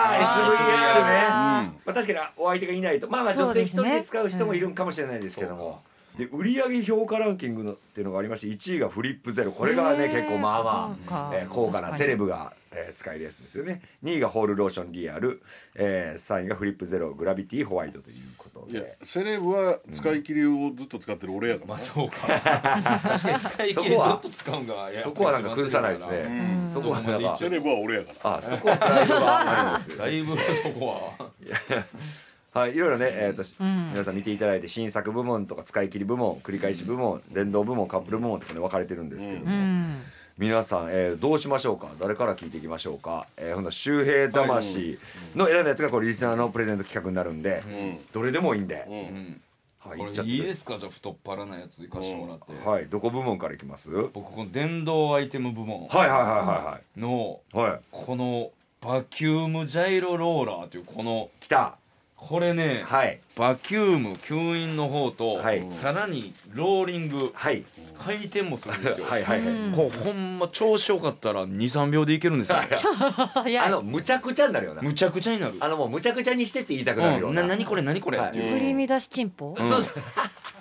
Speaker 4: あー SVR ね
Speaker 6: あ、
Speaker 4: まあ、確かにお相手がいないとまあまあ
Speaker 6: そ
Speaker 4: 女
Speaker 6: う
Speaker 4: 性
Speaker 6: で
Speaker 4: 一
Speaker 6: すね
Speaker 4: 人で使う人もいるかもしれないですけども。で売上評価ランキングのっていうのがありまして1位がフリップゼロこれがね
Speaker 6: へー
Speaker 4: 結構まあま
Speaker 6: そう
Speaker 4: あ
Speaker 6: か、
Speaker 4: えー高価
Speaker 6: 確
Speaker 4: な
Speaker 6: かに
Speaker 4: セレブが、えー使えるやつですよね2位がホールローションリアル、えー、3位がフリップゼログラビティホワイトということ
Speaker 2: いや
Speaker 4: で
Speaker 2: セレブは使い切りをずっと使ってる俺やから
Speaker 5: まあ
Speaker 2: ね
Speaker 5: そうか確かに使い切りずっと使うんが
Speaker 4: そこはなんか崩さないです
Speaker 5: やっぱ
Speaker 4: ね、
Speaker 6: うん
Speaker 4: そこはなんか
Speaker 2: セレブは俺やから
Speaker 4: あそこはプライドがあるんです
Speaker 5: 一番だいぶそこは
Speaker 4: はい、いろいろね、えーと
Speaker 6: ん
Speaker 4: 皆さん見ていただいて新作部門とか使い切り部門繰り返し部門電動部門カップル部門とかね分かれてるんですけども、
Speaker 6: うん
Speaker 4: 皆さん、えーどうしましょうか誰から聞いていきましょうか、えー、ほんな周平魂の選んだやつがこれリスナーのプレゼント企画になるんで、どれでもいいんで、
Speaker 2: うん
Speaker 5: うん
Speaker 4: はい
Speaker 5: こ
Speaker 4: いっ
Speaker 5: れ
Speaker 4: ちゃって
Speaker 5: いい
Speaker 4: くだ
Speaker 5: ですかじゃあ太っ腹なやついかしてもらって、
Speaker 4: さいはいどこ部門からいきますはい
Speaker 5: 僕この電動アイテム部門
Speaker 4: はいは
Speaker 5: の
Speaker 4: いはいはいはい
Speaker 5: このバキュームジャイロローラーというこの
Speaker 4: 来た
Speaker 5: これね、
Speaker 4: はい
Speaker 5: バキューム吸引の方と、
Speaker 4: はい
Speaker 5: さらにローリング
Speaker 4: はい
Speaker 5: 回転もするんですよ
Speaker 4: はいはいはい
Speaker 6: うん
Speaker 5: こうほんま調子よかったら23秒でいけるんですよ
Speaker 6: 早い
Speaker 4: あのむちゃくちゃになるよな
Speaker 5: むちゃくちゃになる
Speaker 4: あのもうむちゃくちゃにしてって言いたくなるよ
Speaker 5: う、
Speaker 4: うんな、
Speaker 5: な何これ何これ、
Speaker 4: はい
Speaker 5: っていう
Speaker 6: 振り乱しチンポ、
Speaker 4: そうそう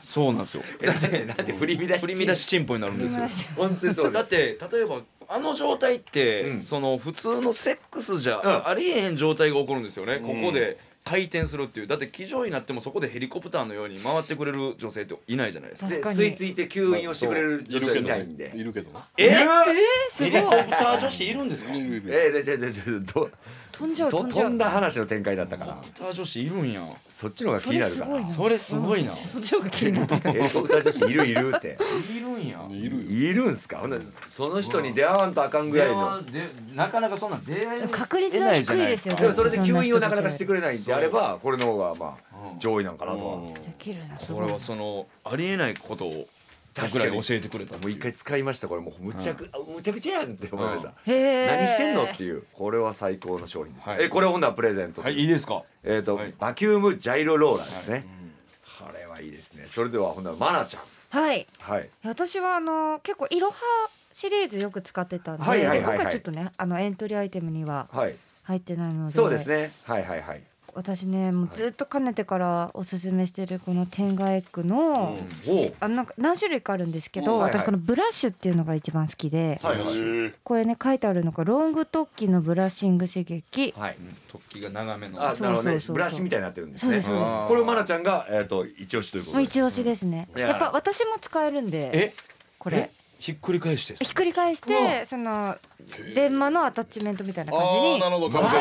Speaker 5: そうなんですよ
Speaker 4: えだってだって振り乱し
Speaker 5: 振り乱しチンポになるんですよ
Speaker 4: 本当にそう
Speaker 5: だっ
Speaker 4: です
Speaker 5: て例えばあの状態って、
Speaker 4: うん
Speaker 5: その普通のセックスじ
Speaker 4: うん
Speaker 5: ゃありえへん状態が起こるんですよね、ここで回転するっていうだって騎乗位になってもそこでヘリコプターのように回ってくれる女性っていないじゃないですか
Speaker 4: で
Speaker 6: 確かに
Speaker 4: 吸い付いて吸引をしてくれる女性はいないんで
Speaker 2: いるけどね
Speaker 5: え
Speaker 6: す
Speaker 5: ヘ
Speaker 6: ごい
Speaker 5: リコプター女子いるんですか
Speaker 2: い
Speaker 5: ヘリ
Speaker 2: るいる
Speaker 4: えー、じゃあじゃあじゃあど
Speaker 6: 飛んじゃう
Speaker 4: と
Speaker 6: 飛んじゃ
Speaker 4: 飛
Speaker 6: うん
Speaker 4: だ話の展開だったから
Speaker 5: コプター女子いるんや
Speaker 4: そっちの方が気
Speaker 6: そ
Speaker 4: に
Speaker 6: れ
Speaker 4: なる
Speaker 6: す
Speaker 4: か
Speaker 6: ごい
Speaker 4: ら
Speaker 6: な
Speaker 5: それすごいな
Speaker 6: うんそっちの方が気になっちゃう
Speaker 4: ヘリコプター女子いるいるって
Speaker 5: いるんや
Speaker 2: いるよ
Speaker 4: いるんすかほんならその人に出会わんとあかんぐ
Speaker 5: 出
Speaker 4: ら
Speaker 5: 会
Speaker 4: い
Speaker 5: いの
Speaker 4: の
Speaker 5: でなかなかそんなん出 会い
Speaker 6: 確率は低いですよ
Speaker 4: でもそれで吸引を
Speaker 6: そん人
Speaker 4: なかなかしてくれないんであればこれの方がまあ上位なんかなとはも
Speaker 6: できるなす
Speaker 5: こ
Speaker 6: ごい
Speaker 5: れはそのありえないことを
Speaker 4: 確
Speaker 5: 僕
Speaker 4: からに
Speaker 5: に教えてくれたっていう
Speaker 4: 一回使いましたこれもうむちゃく、あむちゃくちゃやんって思いました、
Speaker 6: へえ
Speaker 4: 何してんのっていうこれは最高の商品です、ね
Speaker 5: はい
Speaker 4: えこれほんならプレゼントと
Speaker 5: は
Speaker 4: いう、
Speaker 5: いいいですか
Speaker 4: えっ、と、
Speaker 5: はい
Speaker 4: バキュームジャイロローラーですね、これはいいですねそれではほんならマナちゃん
Speaker 6: はい
Speaker 4: はい
Speaker 6: 私はあの結構いろはシリーズよく使ってたんで、
Speaker 4: はいはいはいはい
Speaker 6: 今回ちょっとねあのエントリーアイテムには
Speaker 4: はい
Speaker 6: 入ってないので
Speaker 4: そうですねはいはいはい
Speaker 6: 私ねもうずっとかねてからおすすめしてるこの天外エッグの、
Speaker 4: おお
Speaker 6: あのなんか何種類かあるんですけど、
Speaker 4: うんはいはい
Speaker 6: 私このブラッシュっていうのが一番好きで、
Speaker 4: はいはい
Speaker 2: へ
Speaker 6: これね書いてあるのがロング突起のブラッシング刺激、
Speaker 4: はい
Speaker 5: 突起が長めの
Speaker 4: あ
Speaker 6: そう
Speaker 4: なるほどね
Speaker 6: そうそう
Speaker 4: ブラシみたいになってるんです
Speaker 6: そう
Speaker 4: ね
Speaker 6: ですそう
Speaker 5: です
Speaker 4: んこれマナちゃんがえっ、と一押しということ
Speaker 6: もう
Speaker 4: で
Speaker 6: 一押しですね、
Speaker 4: うん
Speaker 6: やっぱ私も使えるんで
Speaker 5: え
Speaker 6: これ
Speaker 5: ひっくり返して
Speaker 6: ひっくり返してその電話のアタッチメントみたいな感
Speaker 2: ああなるほどかぶせる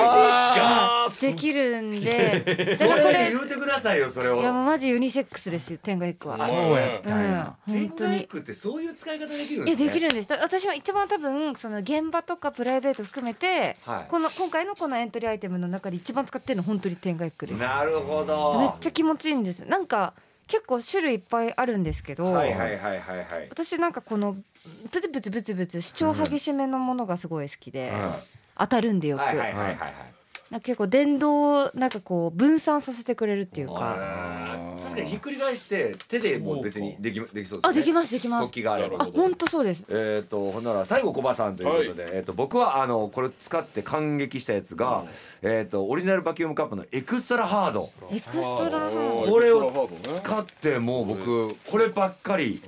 Speaker 6: じにできるんで
Speaker 4: そ
Speaker 6: だからこ
Speaker 4: れ
Speaker 6: れ
Speaker 4: 言うてくださいよそれを
Speaker 6: いやもうマジユニセックスですよ天下一句は。
Speaker 5: そうやったんや、
Speaker 6: うん、本当
Speaker 4: テンガエ
Speaker 6: に
Speaker 4: ッ。グってそういう使い方できるんで
Speaker 6: いや
Speaker 4: すね
Speaker 6: できるんですだ私は一番多分その現場とかプライベート含めて、
Speaker 4: はい
Speaker 6: この今回のこのエントリーアイテムの中で一番使ってるの本当に天外クですめっ
Speaker 4: なるほど
Speaker 6: ちゃ気持ちいいんですなんか結構種類いっぱいあるんですけど、
Speaker 4: はいはいはいはいはい
Speaker 6: 私なんかこのブツブツブツブツ主張激しめのものがすごい好きで、当たるんでよく、
Speaker 4: はいはいはいはいはい
Speaker 6: なんか結構電動をなんかこう分散させてくれるっていうか
Speaker 4: あー確かにひっくり返して手でもう別にできできそうですね
Speaker 6: あでき
Speaker 4: す
Speaker 6: ますできます
Speaker 4: 突起があれば
Speaker 6: あ本当そうです
Speaker 4: えっ、とほんなら最後コバさんということで、えっ、と僕はあのこれ使って感激したやつが、えっ、とオリジナルバキュームカップのエクストラハード
Speaker 6: エクストラハード
Speaker 4: これ
Speaker 2: エクストラハ
Speaker 4: を
Speaker 2: ードね
Speaker 4: 使ってもう僕こればっかり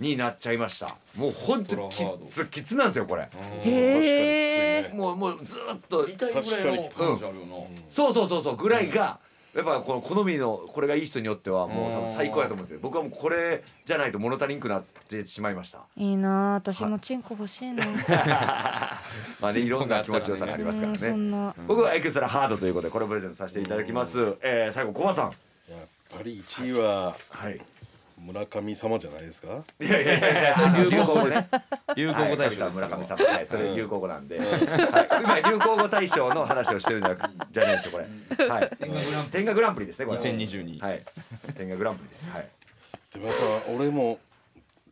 Speaker 4: になっちゃいましたもうほんときつきつなんですよこれ
Speaker 6: へえ
Speaker 4: もうもうずーっと
Speaker 5: 痛いぐらいの感じあるよな、
Speaker 4: そうそうそうそうぐらいが、やっぱこの好みのこれがいい人によってはもう多分最高やと思うんですけど僕はもうこれじゃないと物足りんくなってしまいました
Speaker 6: いいなあ私もチンコ欲しいな
Speaker 4: まあねいろんな気持ちよさがありますか
Speaker 6: うんそ
Speaker 4: らね
Speaker 6: んな
Speaker 4: 僕はエクストラハードということでこれをプレゼントさせていただきます、えー最後コバさん
Speaker 2: やっぱり1位は
Speaker 4: はい
Speaker 2: 村神様じゃないですか
Speaker 4: いやいやいやいやそれ流行語です
Speaker 5: 流行語大賞です
Speaker 4: はい、村上さんはいそれ流行語なんで、はい、今流行語大賞の話をしてるんじゃじゃないですよこれはい天下グランプリですねこれ
Speaker 5: 2022
Speaker 4: はい天下グランプリですはい
Speaker 2: でもやっぱ俺も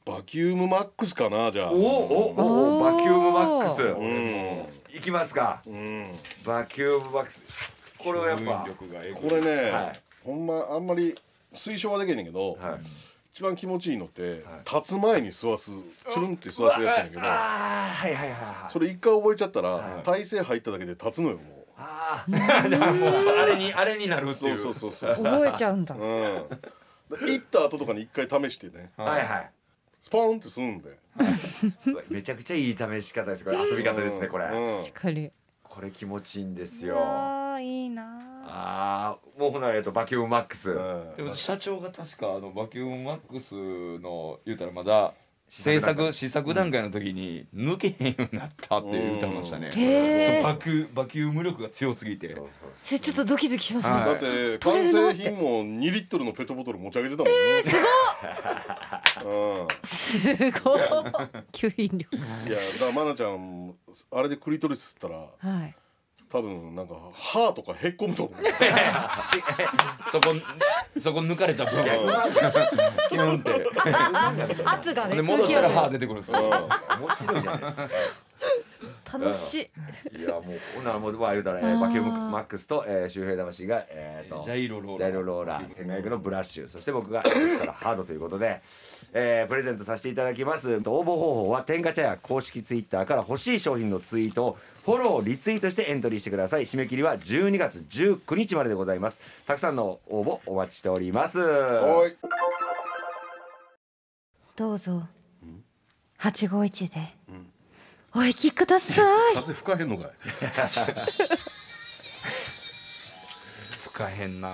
Speaker 2: バキュームマックスかなじゃあ
Speaker 4: おおおお
Speaker 6: おー
Speaker 4: バキュームマックス、
Speaker 2: うん
Speaker 4: いきますか
Speaker 2: うん
Speaker 4: バキュームマックスこれはやっぱ
Speaker 2: これね、
Speaker 4: はい
Speaker 2: ほんまあんまり推奨はできへんねんけど、
Speaker 4: はい
Speaker 2: 一番気持ちいいのって、立つ前に座すチュルンって座すやつやねんけど
Speaker 4: あーはいはいはいはい
Speaker 2: それ一回覚えちゃったら、体勢入っただけで立つのよも
Speaker 4: あ
Speaker 5: あれにあれになる
Speaker 2: うそうそうそうそう
Speaker 6: 覚えちゃうんだ
Speaker 2: うんで行った後とかに一回試してね
Speaker 4: ーはいはい
Speaker 2: スポーンってすんで
Speaker 4: めちゃくちゃいい試し方ですこれ遊び方ですねこ
Speaker 2: う
Speaker 4: れ
Speaker 2: ん
Speaker 6: しっかり
Speaker 4: これ気持ちいいんです
Speaker 6: い
Speaker 4: よ
Speaker 6: やあいいなあ
Speaker 4: あーもうほなえっとバキュームマックス
Speaker 5: で
Speaker 2: うん
Speaker 5: も社長が確かあのバキュームマックスの言うたらまだ制作試作段階の時に抜けへんようになったって言うてましたね。
Speaker 6: へ
Speaker 5: そう
Speaker 6: え
Speaker 5: バキュバキューム力が強すぎて。
Speaker 6: それちょっとドキドキします
Speaker 5: は
Speaker 6: ね
Speaker 2: だって完成品も2リットルのペットボトル持ち上げてたもんね、すごっ、
Speaker 6: すごい吸引力
Speaker 2: うん、いやだから愛菜ちゃんあれでクリトリスっつったら
Speaker 6: はい
Speaker 2: 多分なんか歯とかへっこむと思う
Speaker 5: そこそこ抜かれた分。キュンって。
Speaker 6: 圧がね
Speaker 5: で戻したら歯出てくるんですよ。
Speaker 4: 面白いじゃないですか
Speaker 6: 楽しい
Speaker 4: いやもうほんならもうわ言うたら、えー
Speaker 6: あー
Speaker 4: バキュームマックスと、えー、周平魂がえーと
Speaker 5: ジャイロローラー
Speaker 4: ジャイロローラー天外のブラッシュそして僕が エクストラハードということで、えープレゼントさせていただきます応募方法は天下茶屋公式ツイッターから欲しい商品のツイートをフォローリツイートしてエントリーしてください締め切りは12月19日まででございますたくさんの応募お待ちしております
Speaker 2: おい
Speaker 6: どうぞ八五一でお行きください
Speaker 2: 風吹かへんのかい
Speaker 5: 深へんな。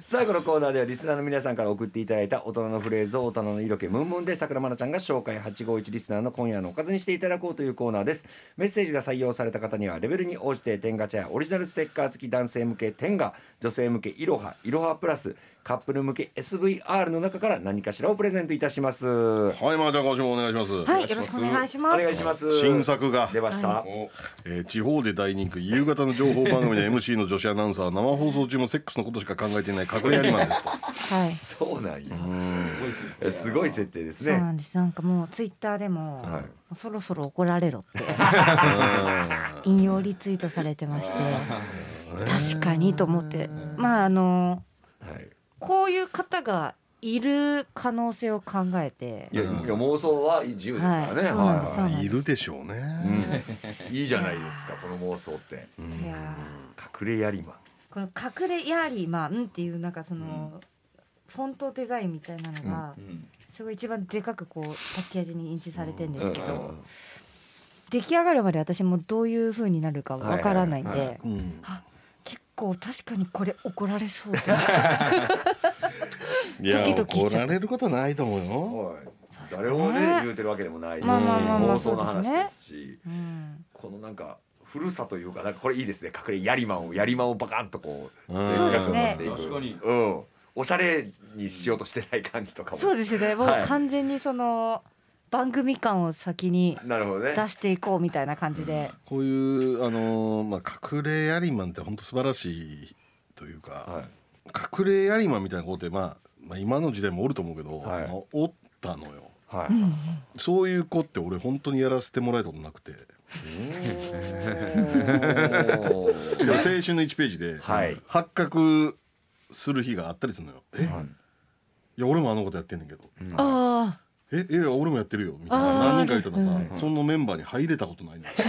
Speaker 4: さあこのコーナーではリスナーの皆さんから送っていただいた大人のフレーズを大人の色気ムンムンで桜愛ちゃんが紹介851リスナーの今夜のおかずにしていただこうというコーナーですメッセージが採用された方にはレベルに応じて天ガチャやオリジナルステッカー付き男性向け天ガ女性向けいろはいろはプラスカップル向け SVR の中から何かしらをプレゼントいたしますお
Speaker 2: はいまー、ちゃん今週もお願いします
Speaker 6: はいよろしくお願いします
Speaker 4: 願いします
Speaker 2: 新作が
Speaker 4: 出ました、
Speaker 2: えー地方で大人気夕方の 情報番組で MC の女子アナウンサーは生放送中もセックスのことしか考えていない隠れやりマンですと
Speaker 6: はい
Speaker 4: そうなん
Speaker 5: すごい
Speaker 4: や
Speaker 5: ですね。
Speaker 4: えすごい設定です
Speaker 6: そうな
Speaker 4: ね
Speaker 6: んですなんかもうツイッターでももうそろそろ怒られろ って引用リツイートされてまして確かにと思ってまああの
Speaker 4: はい
Speaker 6: こういう方がいる可能性を考えて
Speaker 4: いやいや妄想は自由ですからね、
Speaker 6: はいそうなんです
Speaker 4: はい
Speaker 2: いるでしょうね、
Speaker 4: い、いいじゃないですかこの妄想って
Speaker 6: いや
Speaker 4: 隠れやりま
Speaker 6: ーこの隠れやりまんっていうなんかその、フォントデザインみたいなのが
Speaker 5: うん
Speaker 6: すごい一番でかくこうパッケージに印字されてんですけど、
Speaker 4: うんうんうん
Speaker 6: 出来上がるまで私もどういう風になるかわからないんで、
Speaker 4: はいはいはい
Speaker 2: うん
Speaker 6: 結構確かにこれ怒られそうだ
Speaker 2: いや
Speaker 6: ドキドキし
Speaker 2: 怒
Speaker 6: ちゃう
Speaker 2: られることないと思うよ
Speaker 4: はい
Speaker 6: そ
Speaker 4: 誰をね言うてるわけでもないですし
Speaker 6: まあまあまあまあ
Speaker 4: 妄想の話ですし
Speaker 6: うん
Speaker 4: このなんか古さというかなんかこれいいですね隠れやりまんをやりまんをバカンとこう
Speaker 2: うん
Speaker 6: そうですね
Speaker 4: 性格
Speaker 5: 確か
Speaker 4: が持ってい
Speaker 5: に
Speaker 4: くうんおしゃれにしようとしてない感じとかも
Speaker 6: そうですねもう
Speaker 4: はい
Speaker 6: 完全にその番組感を先に
Speaker 4: なるほどね
Speaker 6: 出していこうみたいな感じで、
Speaker 2: こういうあのーまあ隠れヤリマンって本当素晴らしいというか、
Speaker 4: はい
Speaker 2: 隠れヤリマンみたいな子って、まあ、まあ今の時代もおると思うけど、
Speaker 4: はい
Speaker 2: まあおったのよ
Speaker 4: は
Speaker 2: そういう子って俺本当にやらせてもらえたことなくてでも青春
Speaker 4: いおー
Speaker 2: の1ページで
Speaker 4: はい
Speaker 2: 発覚する日があったりするのよ「えい
Speaker 4: はい
Speaker 2: や俺もあのことやってんねんけど」
Speaker 6: あ
Speaker 2: えいや俺もやってるよみたい
Speaker 6: あ
Speaker 2: な何
Speaker 6: ー
Speaker 2: 人かいたのが、
Speaker 6: うん
Speaker 2: そのメンバーに入れたこと ないんですよ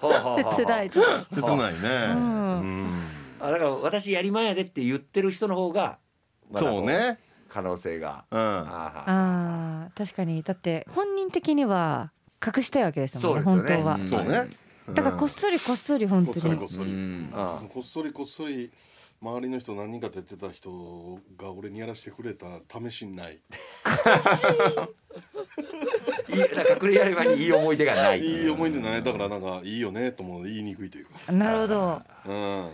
Speaker 4: ほうほうほうほ
Speaker 6: あ
Speaker 4: う
Speaker 6: 切ないちょっと
Speaker 2: 切ないね、
Speaker 6: うん
Speaker 4: あだから私やりまんやでって言ってる人の方がまだこ
Speaker 2: そうね
Speaker 4: 可能性が
Speaker 2: うん
Speaker 4: あ
Speaker 6: あー確かにだって本人的には隠したいわけですもんね
Speaker 4: そう
Speaker 6: 本
Speaker 4: ですよね
Speaker 6: 当は、
Speaker 5: うん
Speaker 2: そうね、
Speaker 6: だからこっそりこっそり本
Speaker 7: こっ
Speaker 6: 当
Speaker 7: そり
Speaker 6: に
Speaker 7: こっそり、
Speaker 5: うん
Speaker 4: ーあー
Speaker 7: こっそりこっそり周りの人何人か出てた人が俺にやらせてくれた試しない
Speaker 4: いいなんか隠れやりまにいい思い出がない
Speaker 7: いい思い出ないだからなんかいいよねとも言いにくいというか
Speaker 6: なるほど
Speaker 7: うん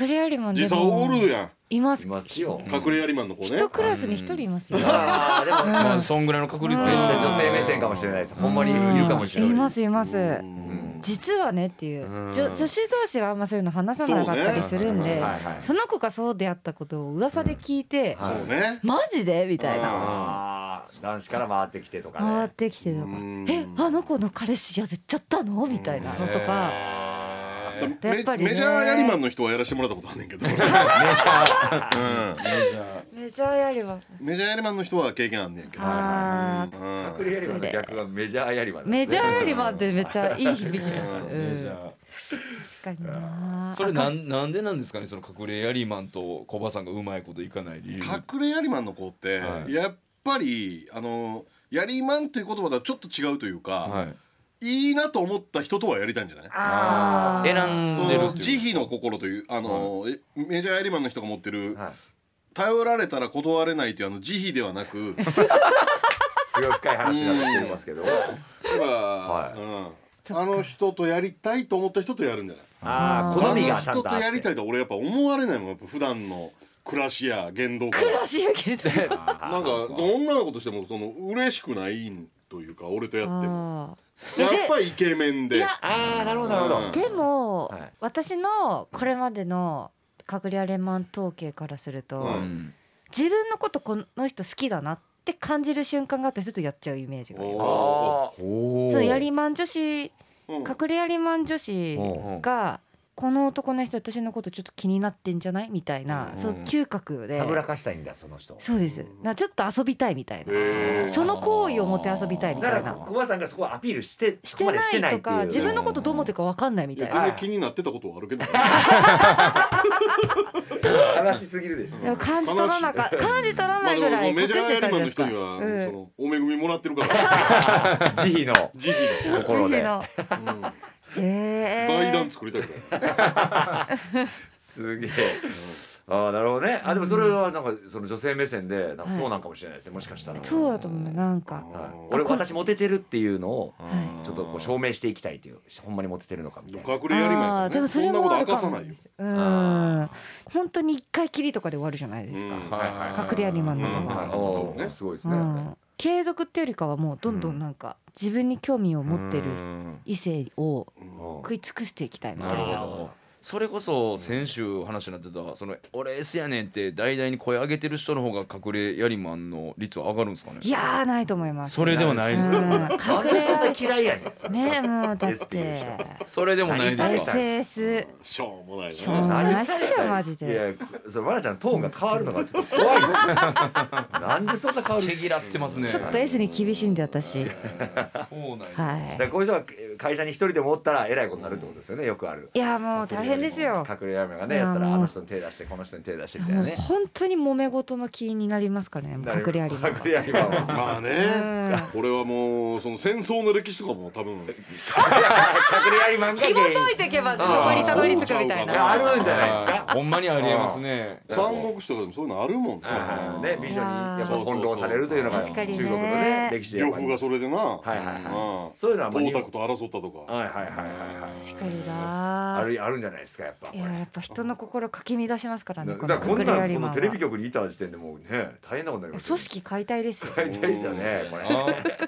Speaker 6: 隠れありマンで
Speaker 7: 実際お
Speaker 6: も
Speaker 7: るや
Speaker 6: いま
Speaker 4: い
Speaker 6: す
Speaker 4: ますよ
Speaker 7: ん隠れやりマンの子ね
Speaker 6: 一クラスに一人いますよ、
Speaker 4: あーでも
Speaker 5: まあそんぐらいの確率
Speaker 4: めっ
Speaker 5: で
Speaker 4: ちゃ女性目線かもしれないですほんまにいるかもしれない
Speaker 6: いますいます、
Speaker 7: うん
Speaker 6: 実はねっていう
Speaker 4: うん
Speaker 6: 女女子同士はあんまそういうの話さなかったりするん
Speaker 7: そう
Speaker 6: で
Speaker 7: ね
Speaker 6: そ,、
Speaker 4: はいはい
Speaker 6: の子がそうであったことを噂で聞いて、
Speaker 4: はい
Speaker 7: そうね
Speaker 6: マジでみたいな
Speaker 4: あー男子から回ってきてとか
Speaker 6: 回っ
Speaker 4: ね
Speaker 6: てきてとか
Speaker 7: うん
Speaker 6: 「えあの子の彼氏やっちゃったの?」みたいなのとか
Speaker 7: だ
Speaker 6: やっぱりね
Speaker 7: メメジャーやりマンの人はやらせてもらったことあんねん けどメジャー、
Speaker 6: メジャーやりは
Speaker 7: うん、メジャーやりマンの人は経験あんねんけど、
Speaker 6: あー
Speaker 7: うん
Speaker 4: 隠れやりまの逆がメジャーやりまなんで
Speaker 6: メ
Speaker 4: す
Speaker 6: ジ
Speaker 4: ね
Speaker 6: ャーやりはってめっちゃいい響きです、うん、確かにな
Speaker 5: それなんなんでなんですかねその隠れヤリマンと小バさんがうまいこといかない理由
Speaker 7: 隠れやりマンの子って、
Speaker 5: はい
Speaker 7: やっぱりあのやりマンっていう言葉とはちょっと違うというか、
Speaker 5: はい
Speaker 7: い、いなと思った人とはやりたいんじゃない
Speaker 6: あー
Speaker 5: 選んでる
Speaker 7: その
Speaker 5: っていう
Speaker 7: 慈悲の心というあの、えメジャーやりマンの人が持ってる、
Speaker 4: はい
Speaker 7: 頼られたら断れないというあの慈悲ではな くやっ
Speaker 4: すごい深い話になってきてますけど
Speaker 7: ぱ、
Speaker 4: はい
Speaker 7: うん、あの人とやりたいと思った人とやるんじゃない
Speaker 4: ああ
Speaker 7: あ
Speaker 4: 好み
Speaker 7: の
Speaker 4: がち
Speaker 7: 人
Speaker 4: ゃん
Speaker 7: と
Speaker 4: とあって
Speaker 7: やりたいと俺やっぱ思われないもんやっぱ普段の暮らしや言動から
Speaker 6: 暮らしやけど
Speaker 7: なんか女の子としてもその嬉しくないというか俺とやっても
Speaker 6: あ
Speaker 7: やっぱイケメン
Speaker 6: ーい
Speaker 7: で
Speaker 6: や
Speaker 4: ああなるほどなるほ
Speaker 7: う
Speaker 4: ど
Speaker 7: ん
Speaker 6: でも、
Speaker 4: はい
Speaker 6: 私のこれまでの隠れアレマン統計からすると、
Speaker 7: う
Speaker 5: うん
Speaker 6: 自分のことこの人好きだなって感じる瞬間があってちょっとやっちゃうイメージがありま
Speaker 7: お
Speaker 4: あ
Speaker 6: すそのやりまん女子隠
Speaker 7: うん
Speaker 6: れやりまん女子
Speaker 4: ー
Speaker 6: がこの男の人私のことちょっと気になってんじゃないみたいな、
Speaker 4: うん
Speaker 6: そう嗅覚で
Speaker 4: たぶらかしたいんだその人
Speaker 6: そうですなちょっと遊びたいみたいな
Speaker 7: へー
Speaker 6: その行為を持って遊びたいみ
Speaker 4: だ
Speaker 6: たい
Speaker 4: から
Speaker 6: な
Speaker 4: 小林さんがそこはアピールして
Speaker 6: し
Speaker 4: そ
Speaker 6: て
Speaker 4: こまで
Speaker 6: ないと
Speaker 4: っ
Speaker 6: か
Speaker 4: ていう
Speaker 6: 自分のことどう思ってるか分かんないみ
Speaker 7: い
Speaker 6: た
Speaker 7: や
Speaker 6: い
Speaker 7: 全
Speaker 6: な
Speaker 7: 然気になってたことはあるけ どね
Speaker 4: 悲しすぎるでしょ
Speaker 6: でも感じ取らなか感じ取ら
Speaker 7: ま
Speaker 6: な
Speaker 7: あ
Speaker 6: い
Speaker 7: で
Speaker 6: ぐ
Speaker 7: もそ
Speaker 6: ら
Speaker 7: の
Speaker 6: い
Speaker 7: メ
Speaker 6: 隠
Speaker 7: ジ
Speaker 6: し
Speaker 7: ャー
Speaker 6: て
Speaker 7: や
Speaker 6: た
Speaker 7: り
Speaker 6: ん
Speaker 7: マンの
Speaker 6: です
Speaker 7: 人
Speaker 6: か
Speaker 7: には
Speaker 6: う
Speaker 7: そ
Speaker 6: ん
Speaker 7: のお恵みもらってるから
Speaker 4: 慈悲の
Speaker 7: 慈悲の
Speaker 4: 心
Speaker 6: ぜひ
Speaker 4: で
Speaker 6: の
Speaker 7: うん
Speaker 6: え
Speaker 7: 財団作りたいから
Speaker 4: すげえ。ああなるほどね。あでもそれはなんかその女性目線でなんかそうなんかもしれないですね。もしかしたら。
Speaker 6: そうだと思うななんか
Speaker 4: はい
Speaker 7: うん
Speaker 4: 俺
Speaker 6: あこれ
Speaker 4: 私モテてるっていうのを
Speaker 6: は
Speaker 4: ちょっとこう証明していきたいというほんまにモテてるのかみたいな。
Speaker 7: 隠れやりマンやから
Speaker 6: あーでも
Speaker 7: ね
Speaker 6: そ
Speaker 7: そ
Speaker 6: れ
Speaker 7: んな
Speaker 6: も
Speaker 7: こ
Speaker 6: ある
Speaker 7: と
Speaker 6: か
Speaker 7: 明
Speaker 6: も
Speaker 7: かさないよ
Speaker 6: うん本当に一回きりとかで終わるじゃないですか、
Speaker 7: うん
Speaker 5: はいはいはい
Speaker 6: 隠れアリマンなの
Speaker 7: うん
Speaker 6: は、
Speaker 4: あ
Speaker 7: そう
Speaker 4: あ
Speaker 7: ね
Speaker 4: すごいです
Speaker 6: う
Speaker 4: ね。
Speaker 6: ん、継続ってよりかはもうどんどんなんか自分に興味を持ってる
Speaker 5: うん
Speaker 6: 異性を
Speaker 4: うん
Speaker 6: 食い尽くしていきたいみたい
Speaker 5: なるほ
Speaker 6: な
Speaker 5: どそれこそ先週話になってたその俺 S やねんって大々に声上げてる人の方が隠れヤリマンの率は上がるんですかね
Speaker 6: いやーないと思います
Speaker 5: それではないんですか
Speaker 4: な
Speaker 6: か
Speaker 4: ん
Speaker 6: 隠
Speaker 4: で
Speaker 6: れ
Speaker 4: そんな
Speaker 6: ア
Speaker 4: 嫌いやねん。
Speaker 6: リねもうだっ
Speaker 4: ですっていう
Speaker 6: て
Speaker 4: 人
Speaker 5: それでもないで
Speaker 4: 何
Speaker 5: す
Speaker 6: 大
Speaker 4: さ
Speaker 5: か
Speaker 4: れ
Speaker 6: セース
Speaker 7: しょうもない
Speaker 6: しょうも
Speaker 7: ね
Speaker 6: ないっすよマジ
Speaker 4: い
Speaker 6: で
Speaker 4: やそのマナちゃんのトーンが変わるのがちょっと怖いです。なんでそんな変わるん
Speaker 5: 毛
Speaker 4: ですか。
Speaker 5: 嫌ってますね
Speaker 6: ちょっと S に厳しいんで
Speaker 5: そうな
Speaker 6: 私
Speaker 5: んや
Speaker 6: は
Speaker 4: だからこういう人はえー会社に一人でもおったらえらいことになるってことですよねよくある
Speaker 6: いやもう大変ですよ
Speaker 4: 隠れ闇がね
Speaker 6: いや
Speaker 4: やったら
Speaker 6: もう
Speaker 4: あの人に手出してこの人に手出してみたい
Speaker 6: も
Speaker 4: な
Speaker 6: う
Speaker 4: ね
Speaker 6: 本当に揉め事の気になりますからねもう隠れあり
Speaker 4: 隠れ闇 は
Speaker 7: まあね
Speaker 6: うん
Speaker 7: 俺はもうその戦争の歴史とかも多分
Speaker 4: 隠れ闇漫画
Speaker 6: 紐解いていけばそこにたどり着くみたい
Speaker 7: あー
Speaker 6: な
Speaker 4: あるんじゃないですか
Speaker 5: ほんまにありえますね
Speaker 7: 三国志とかでもそういうのあるもんね
Speaker 4: はいはいね美女にやっぱ翻弄されるというのが
Speaker 6: 確か
Speaker 4: 中
Speaker 6: にね
Speaker 4: 国のね歴史でや
Speaker 7: 呂
Speaker 4: っぱり
Speaker 7: 布がそれでな
Speaker 4: はいはい
Speaker 7: う
Speaker 4: は
Speaker 7: ん
Speaker 4: いそういうのはまあ
Speaker 7: 董卓と争ったとか
Speaker 4: はいはいはいはいはい
Speaker 6: 確かにな
Speaker 4: あるあるんじゃないですかやっぱこ
Speaker 6: い
Speaker 4: れ
Speaker 6: ややっぱ人の心かき乱しますからね
Speaker 4: だからこん
Speaker 6: の
Speaker 4: なん
Speaker 6: 隠
Speaker 4: こ
Speaker 6: れ有
Speaker 4: の
Speaker 6: 馬は
Speaker 4: テレビ局にいた時点でもうね大変なことになり
Speaker 6: 組
Speaker 4: ますよ
Speaker 6: 織解体ですよ
Speaker 4: 大変ですよねこれ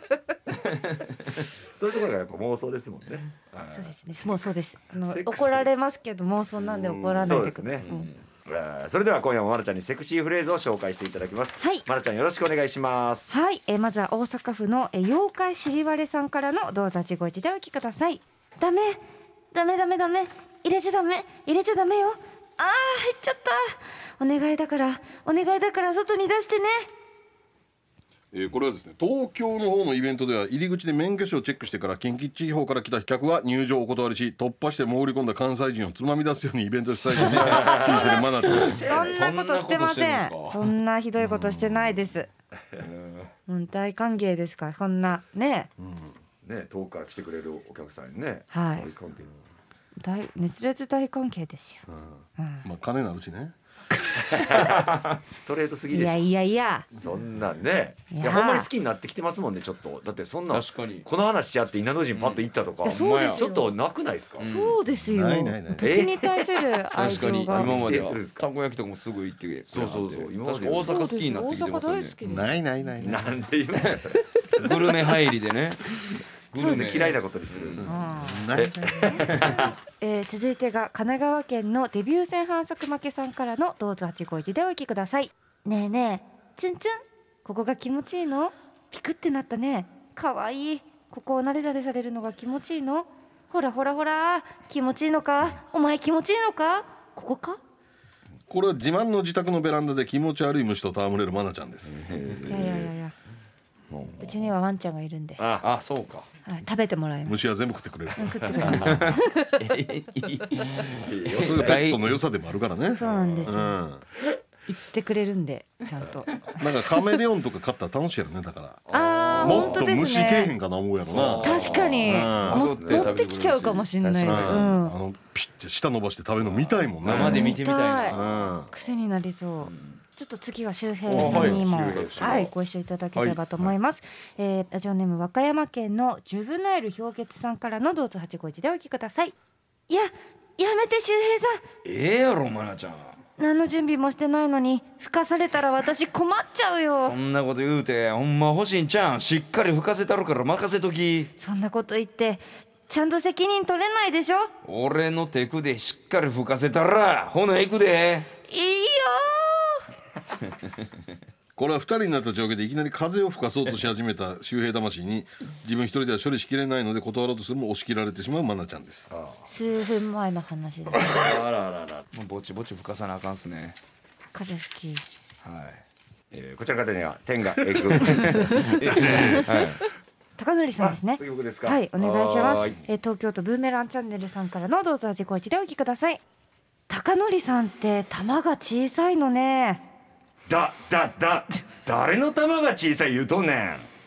Speaker 4: そういうところがやっぱ妄想ですもんねはい
Speaker 6: そうですねもうそうですあの
Speaker 4: セックス
Speaker 6: 怒られますけど妄想なんで怒らないで
Speaker 4: そ
Speaker 6: ください
Speaker 4: うですねえーそれでは今夜もまるちゃんにセクシーフレーズを紹介していただきます
Speaker 6: はい
Speaker 4: まるちゃんよろしくお願いします
Speaker 6: はい、えーまずは大阪府の、えー妖怪しりわれさんからのどうぞ自業自でお聞きくださいダメダメダメダメ入れちゃダメ入れちゃダメよあー入っちゃったお願いだからお願いだから外に 出してね
Speaker 2: えーこれはですね東京の方のイベントでは入り口で免許証をチェックしてから近畿地方から来た客は入場をお断りし突破して潜り込んだ関西人をつまみ出すようにイベント主催者に指示するマナーということです
Speaker 6: そんなことしてま
Speaker 5: そん
Speaker 6: せん
Speaker 5: なことしてるんですか
Speaker 6: そんなひどいことしてないですもう大歓迎ですからこんなね
Speaker 4: ね遠くから来てくれるお客さんにね
Speaker 6: はい
Speaker 4: 追込んで
Speaker 6: 大熱烈大歓迎ですよ、
Speaker 2: まあ金なるしね
Speaker 4: ストレートすぎ
Speaker 6: い
Speaker 4: でし
Speaker 6: や
Speaker 4: ょ
Speaker 6: いやいや
Speaker 4: そんなんねい
Speaker 6: い
Speaker 4: や
Speaker 6: や
Speaker 4: ほんまに好きになってきてますもんねちょっとだってそんなん
Speaker 5: 確かに
Speaker 4: この話し合って稲の陣パッと行ったとか、
Speaker 6: いやそうですよ
Speaker 4: ちょっとなくないですか、
Speaker 6: そうですよ。
Speaker 2: ないないない
Speaker 6: 土地に対する愛
Speaker 5: 確かに
Speaker 6: 情が。
Speaker 5: 今まで
Speaker 4: 否定
Speaker 5: は
Speaker 4: するんですか
Speaker 5: たこ焼きとかもすぐ行ってくれ
Speaker 4: そうそうそう今
Speaker 5: 今
Speaker 4: ま
Speaker 5: ま
Speaker 4: で
Speaker 5: で大阪好きになってきてますよ
Speaker 6: 大阪大
Speaker 5: ね
Speaker 6: 好きです。
Speaker 2: ないないないない
Speaker 4: なんで言うんですかそれ
Speaker 5: グルメ入りでね
Speaker 4: グルメ嫌いなことにするんですか
Speaker 2: ないない
Speaker 6: えー続いてが神奈川県のデビュー戦反則負けさんからのどうぞ八五一でお聞きください。ねえねえ、ツンツン、ここが気持ちいいの？ピクってなったね。可愛いい。ここをなでなでされるのが気持ちいいの？ほらほらほら、気持ちいいのか？お前気持ちいいのか？ここか？
Speaker 2: これは自慢の自宅のベランダで気持ち悪い虫と戯れるマナちゃんです
Speaker 6: いやいやいやいや。うちにはワンちゃんがいるんで、
Speaker 5: ああそうか
Speaker 6: はい食べてもらいます。
Speaker 2: 虫は全部食ってくれる
Speaker 6: 食ってもらいます。
Speaker 2: それがペットの良さでもあるからね
Speaker 6: そうなんです
Speaker 2: う
Speaker 6: よ
Speaker 2: んなん
Speaker 6: 言ってくれるんでちゃん と
Speaker 2: かカメレオンとか飼ったら楽しいやろねだから
Speaker 6: あー
Speaker 2: も
Speaker 6: 本
Speaker 2: っ
Speaker 6: 当
Speaker 2: と
Speaker 6: です
Speaker 2: 虫けえへ
Speaker 6: ね
Speaker 2: んかな思うやろな
Speaker 6: 確かに
Speaker 2: うん
Speaker 6: も持ってきちゃうかもしれないです
Speaker 2: う
Speaker 6: うん
Speaker 2: あ
Speaker 6: ん
Speaker 2: のピッて舌伸ばして食べるの見たいもんね
Speaker 5: 生で見てみたい
Speaker 6: 見
Speaker 5: な
Speaker 6: た
Speaker 2: うん
Speaker 6: 癖になりそうちょっと次は周平さんにも
Speaker 5: あはい周平さん
Speaker 6: はいご一緒いただければと思いますえーラジオネーム和歌山県のジュブナイル氷結さんからのどうぞ八五一でお聞きくださいいややめて周平さん
Speaker 5: ええやろマナちゃん
Speaker 6: 何の準備もしてないのに吹かされたら私困っちゃうよ
Speaker 5: そんなこと言うてほんま欲しいんちゃうんしっかり吹かせたるから任せとき
Speaker 6: そんなこと言ってちゃんと責任取れないでしょ
Speaker 5: 俺のテクでしっかり吹かせたらほな行くで
Speaker 6: いいよ
Speaker 2: これは2人になった状況でいきなり風を吹かそうとし始めた周平魂に自分一人では処理しきれないので断ろうとするも押し切られてしまうマナちゃんです
Speaker 6: ー数分前の話です
Speaker 4: あらあらあら、
Speaker 5: もうぼちぼち吹かさなあかんっすね
Speaker 6: 風好き
Speaker 5: は
Speaker 4: えーこちらの方には天がえぐはい
Speaker 6: 高則さんですね
Speaker 4: あ次僕ですか
Speaker 6: はいお願いしま
Speaker 4: は
Speaker 6: す
Speaker 4: ーい
Speaker 6: えー東京都ブーメランチャンネルさんからのどうぞ自己一でお聞きください高則さんって玉が小さいのね
Speaker 4: だだだ誰の玉が小さい言うとんね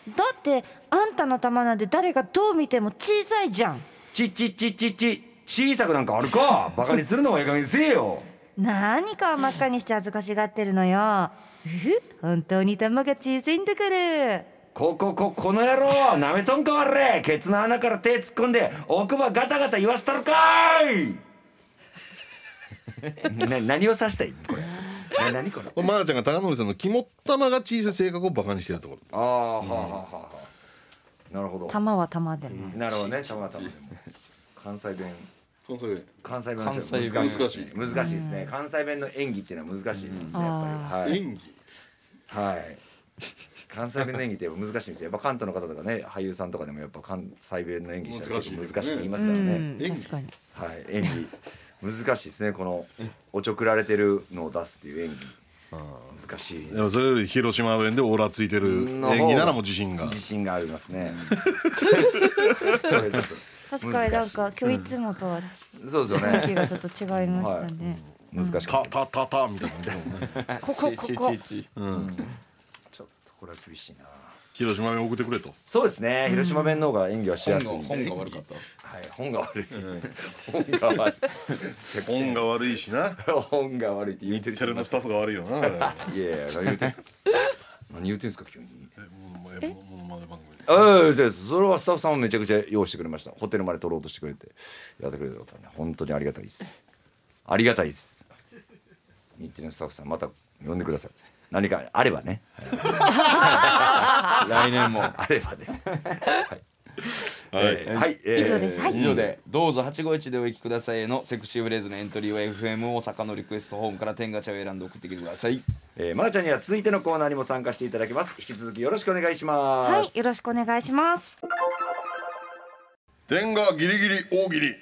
Speaker 4: ん
Speaker 6: だってあんたの玉なんて誰がどう見ても小さいじゃん
Speaker 4: ちちちちち小さくなんかあるかバカにするのはええ加減にせえよ
Speaker 6: 何か真っ赤にして恥ずかしがってるのようふ本当に玉が小さいんだから
Speaker 4: ここここの野郎なめとんかわれケツの穴から手突っ込んで奥歯ガタガタ言わしたるかい な何を指したいこれな何これ
Speaker 2: これマナちゃんが高典さんの肝っ玉が小さい性格をバカにしてるところ
Speaker 4: ああはあはあはあなるほど
Speaker 6: 玉は玉でも
Speaker 4: なるほどねたまたまでも関西弁
Speaker 7: そうそれ
Speaker 4: 関西弁
Speaker 5: 関西弁
Speaker 4: 難しい難しいですね関西弁の演技っていうのは難しいですねやっぱりはい
Speaker 7: 演技
Speaker 4: はい関西弁の演技ってやっぱ難しいんですよやっぱ関東の方とかね俳優さんとかでもやっぱ関西弁の演技したらちょっと難しいって言います
Speaker 6: う
Speaker 4: からね
Speaker 6: ん
Speaker 7: 演技
Speaker 6: 確かに
Speaker 4: はい、演技難しいですねこのおちょくられてるのを出すっていう演技難しい
Speaker 2: でもそれより広島弁でオーラついてる演技ならもう自信が
Speaker 4: 自信がありますね これちょっと
Speaker 6: 確かになんか今日いつもとは
Speaker 4: そうですよ
Speaker 6: 雰囲気
Speaker 4: ね
Speaker 6: がちょっと違いましたね。
Speaker 4: 難しかった
Speaker 2: タタタタみたいなね。
Speaker 6: ここここ。
Speaker 4: ちょっとこれは厳しいな
Speaker 2: 広島に送ってくれと。
Speaker 4: そうですね広島弁の方が演技はしやすい
Speaker 5: 本が本が悪かった
Speaker 4: はい、本が悪い。本が悪
Speaker 2: 本が悪いしな。
Speaker 4: い。本が悪いって言っ
Speaker 2: 日
Speaker 4: てる
Speaker 2: テレのスタッフが悪いよな。あれ
Speaker 4: いやいや、何言って んすか。何言ってんすか、急に。
Speaker 2: えもうえもうもうまだ番組
Speaker 4: ああ、そうです。それはスタッフさんもめちゃくちゃ用意してくれました。ホテルまで取ろうとしてくれて。やってくれたことはね、本当にありがたいです。ありがたいです。日テレのスタッフさん、また呼んでください。何かあればね。
Speaker 5: 来年も
Speaker 4: あればね。
Speaker 2: はい
Speaker 4: えーはい、えー
Speaker 6: 以上ですはい
Speaker 5: 以上で「どうぞ851でお聞きください」へのセクシーフレーズのエントリーは FM 大阪のリクエストホームから天ガチャを選んで送ってきてください
Speaker 4: えー、まるちゃんには続いてのコーナーにも参加していただきます。引き続きよろしくお願いします。
Speaker 6: はい、よろしくお願いします。
Speaker 2: 天がギリギリ大喜利。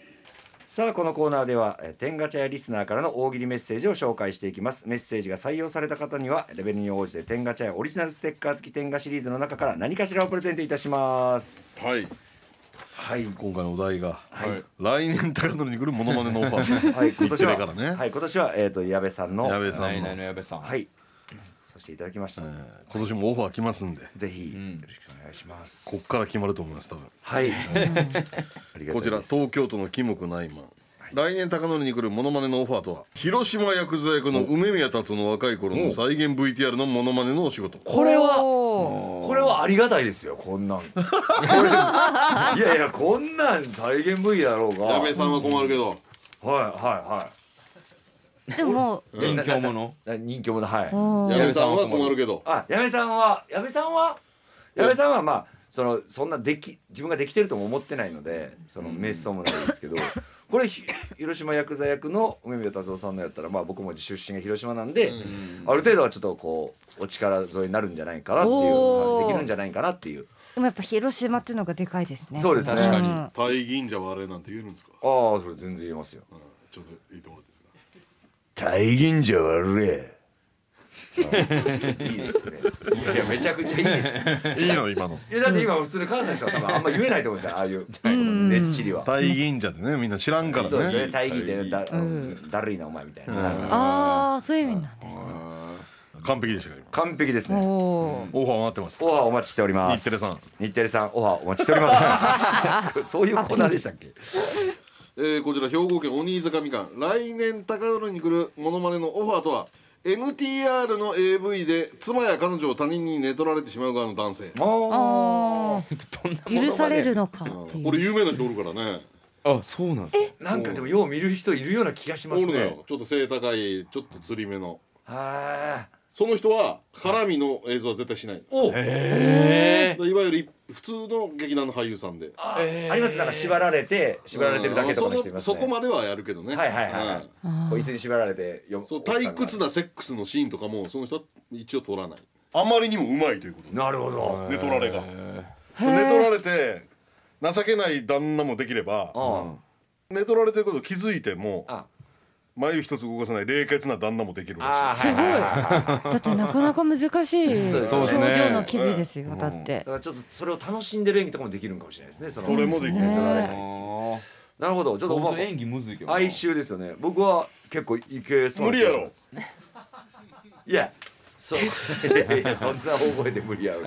Speaker 4: さあこのコーナーではえー天ガチャやリスナーからの大喜利メッセージを紹介していきますメッセージが採用された方にはレベルに応じて天ガチャやオリジナルステッカー付き天ガシリーズの中から何かしらをプレゼントいたします
Speaker 2: はい。
Speaker 4: はい
Speaker 2: 今回のお題が。
Speaker 4: はい、はい
Speaker 2: 来年高取に来るモノマネのオファー。
Speaker 4: 今 年は、
Speaker 2: 日テレからね
Speaker 4: はい今年はえっ、と矢部さんの
Speaker 2: 矢部さ
Speaker 5: 来
Speaker 2: んの。
Speaker 5: 年
Speaker 2: え
Speaker 5: の矢部さん
Speaker 4: はいさせていただきました、
Speaker 2: ー今年もオファー来ますんで。
Speaker 4: ぜひよ
Speaker 5: ん
Speaker 4: ろしくお願いします、
Speaker 2: こっから決まると思います。多分。
Speaker 4: はい、 ありがとう
Speaker 2: こ
Speaker 4: ござ
Speaker 2: ち
Speaker 4: い
Speaker 2: ら
Speaker 4: ます
Speaker 2: 東京都のキムクナイマン、来年高典に来るモノマネのオファーとは広島薬剤役の梅宮達夫の若い頃の再現 VTR のモノマネのお仕事
Speaker 4: これは
Speaker 6: おー
Speaker 4: これはありがたいですよこんなん これいやいやこんなん再現部位だろうが
Speaker 7: 矢
Speaker 4: はい
Speaker 7: 部さんは困るけど
Speaker 4: はいはい
Speaker 6: でも、
Speaker 5: 人気者
Speaker 4: あ人気者はい
Speaker 6: お
Speaker 7: 矢
Speaker 6: ー
Speaker 7: 部さんは困るけど
Speaker 4: あ矢部さんは矢部さんは矢部さんはまあそのそんなでき自分ができてるとも思ってないのでその名刺もないですけど、 これひ広島薬剤役の梅宮達夫さんのやったらまあ僕も出身が広島なんで、ある程度はちょっとこうお力添えになるんじゃないかなっていう、
Speaker 6: お
Speaker 4: は
Speaker 6: ー
Speaker 4: いできるんじゃないかなっていう
Speaker 6: でもやっぱ広島っていうのがでかいですね。
Speaker 4: そうですね
Speaker 5: 確かに
Speaker 6: うん
Speaker 7: 大銀者はあれなんて言えるんですか、
Speaker 4: ああそれ全然言えますよ
Speaker 7: うんちょっと言ってもらっていいですか
Speaker 4: 大銀じゃ悪えいいですねいやめちゃくちゃいいでしょ
Speaker 2: いいの今の
Speaker 4: いやだって今普通に関西の人は多分あんま言えないと思うんですよああいうねっちりは。
Speaker 2: 大銀者でねみんな知らんから
Speaker 4: そうですね
Speaker 2: ね
Speaker 4: 大義でだ,、
Speaker 6: うん
Speaker 4: だるいなお前みたいな、
Speaker 6: ああ、そういう意味なんですね。
Speaker 2: 完璧でしたから
Speaker 4: 完璧ですね
Speaker 6: おー
Speaker 2: 今オファー待ってます
Speaker 4: オファーお待ちしておりま
Speaker 2: 日
Speaker 4: す
Speaker 2: テレさん
Speaker 4: 日テレさんオファーお待ちしております そういうコーナーでしたっけ
Speaker 7: えー、こちら兵庫県鬼坂みかん来年高取に来るモノマネのオファーとは NTR の AV で妻や彼女を他人に寝取られてしまう側の男性
Speaker 6: あ
Speaker 5: ど
Speaker 6: ー許されるのかっていう。
Speaker 7: 俺有名な人おるからね
Speaker 5: あそうなんです
Speaker 4: なんかでもよう見る人いるような気がし
Speaker 7: お
Speaker 4: ます
Speaker 7: るの
Speaker 4: ね
Speaker 7: よちょっと背高いちょっと釣り目の
Speaker 4: は
Speaker 7: その人は絡みの映像は絶対しない
Speaker 4: お
Speaker 5: え
Speaker 7: いわゆるい普通の劇団の俳優さんで
Speaker 4: あありますなんか縛られて縛られてるだけとかの人い
Speaker 7: うん
Speaker 4: ます
Speaker 7: そ
Speaker 4: ね
Speaker 7: のそこまではやるけどね
Speaker 4: はいはいはいは
Speaker 7: う
Speaker 4: い
Speaker 7: ん
Speaker 4: こう椅子に縛られてよ
Speaker 7: そう退屈なセックスのシーンとかもその人は一応撮らない
Speaker 2: あまりにもうまいということで
Speaker 4: なるほど
Speaker 2: 寝取られが
Speaker 6: へー
Speaker 2: 寝取られて情けない旦那もできれば
Speaker 4: うん
Speaker 2: 寝取られてること気づいても
Speaker 4: あ
Speaker 2: 眉一つ動かさない冷血な旦那もできるら
Speaker 4: あー
Speaker 2: し
Speaker 6: すごい。
Speaker 4: はいはいはい
Speaker 6: だってなかなか難しい
Speaker 4: そう
Speaker 6: 表
Speaker 4: そうです
Speaker 5: ね
Speaker 6: 情の機微ですよ。だって
Speaker 4: だか。らちょっとそれを楽しんでる演技とかもできるんかもしれないですねその
Speaker 2: それもできる
Speaker 4: 寝取られ
Speaker 5: あ
Speaker 4: て
Speaker 5: ー
Speaker 4: なるほどちょっと
Speaker 5: 本
Speaker 4: まあ
Speaker 5: 当演技むずいけどな
Speaker 4: 哀愁ですよね僕は結構いけ
Speaker 2: い
Speaker 4: そうな
Speaker 2: 無理やろ
Speaker 4: いやそういやそんな大声で無理やろ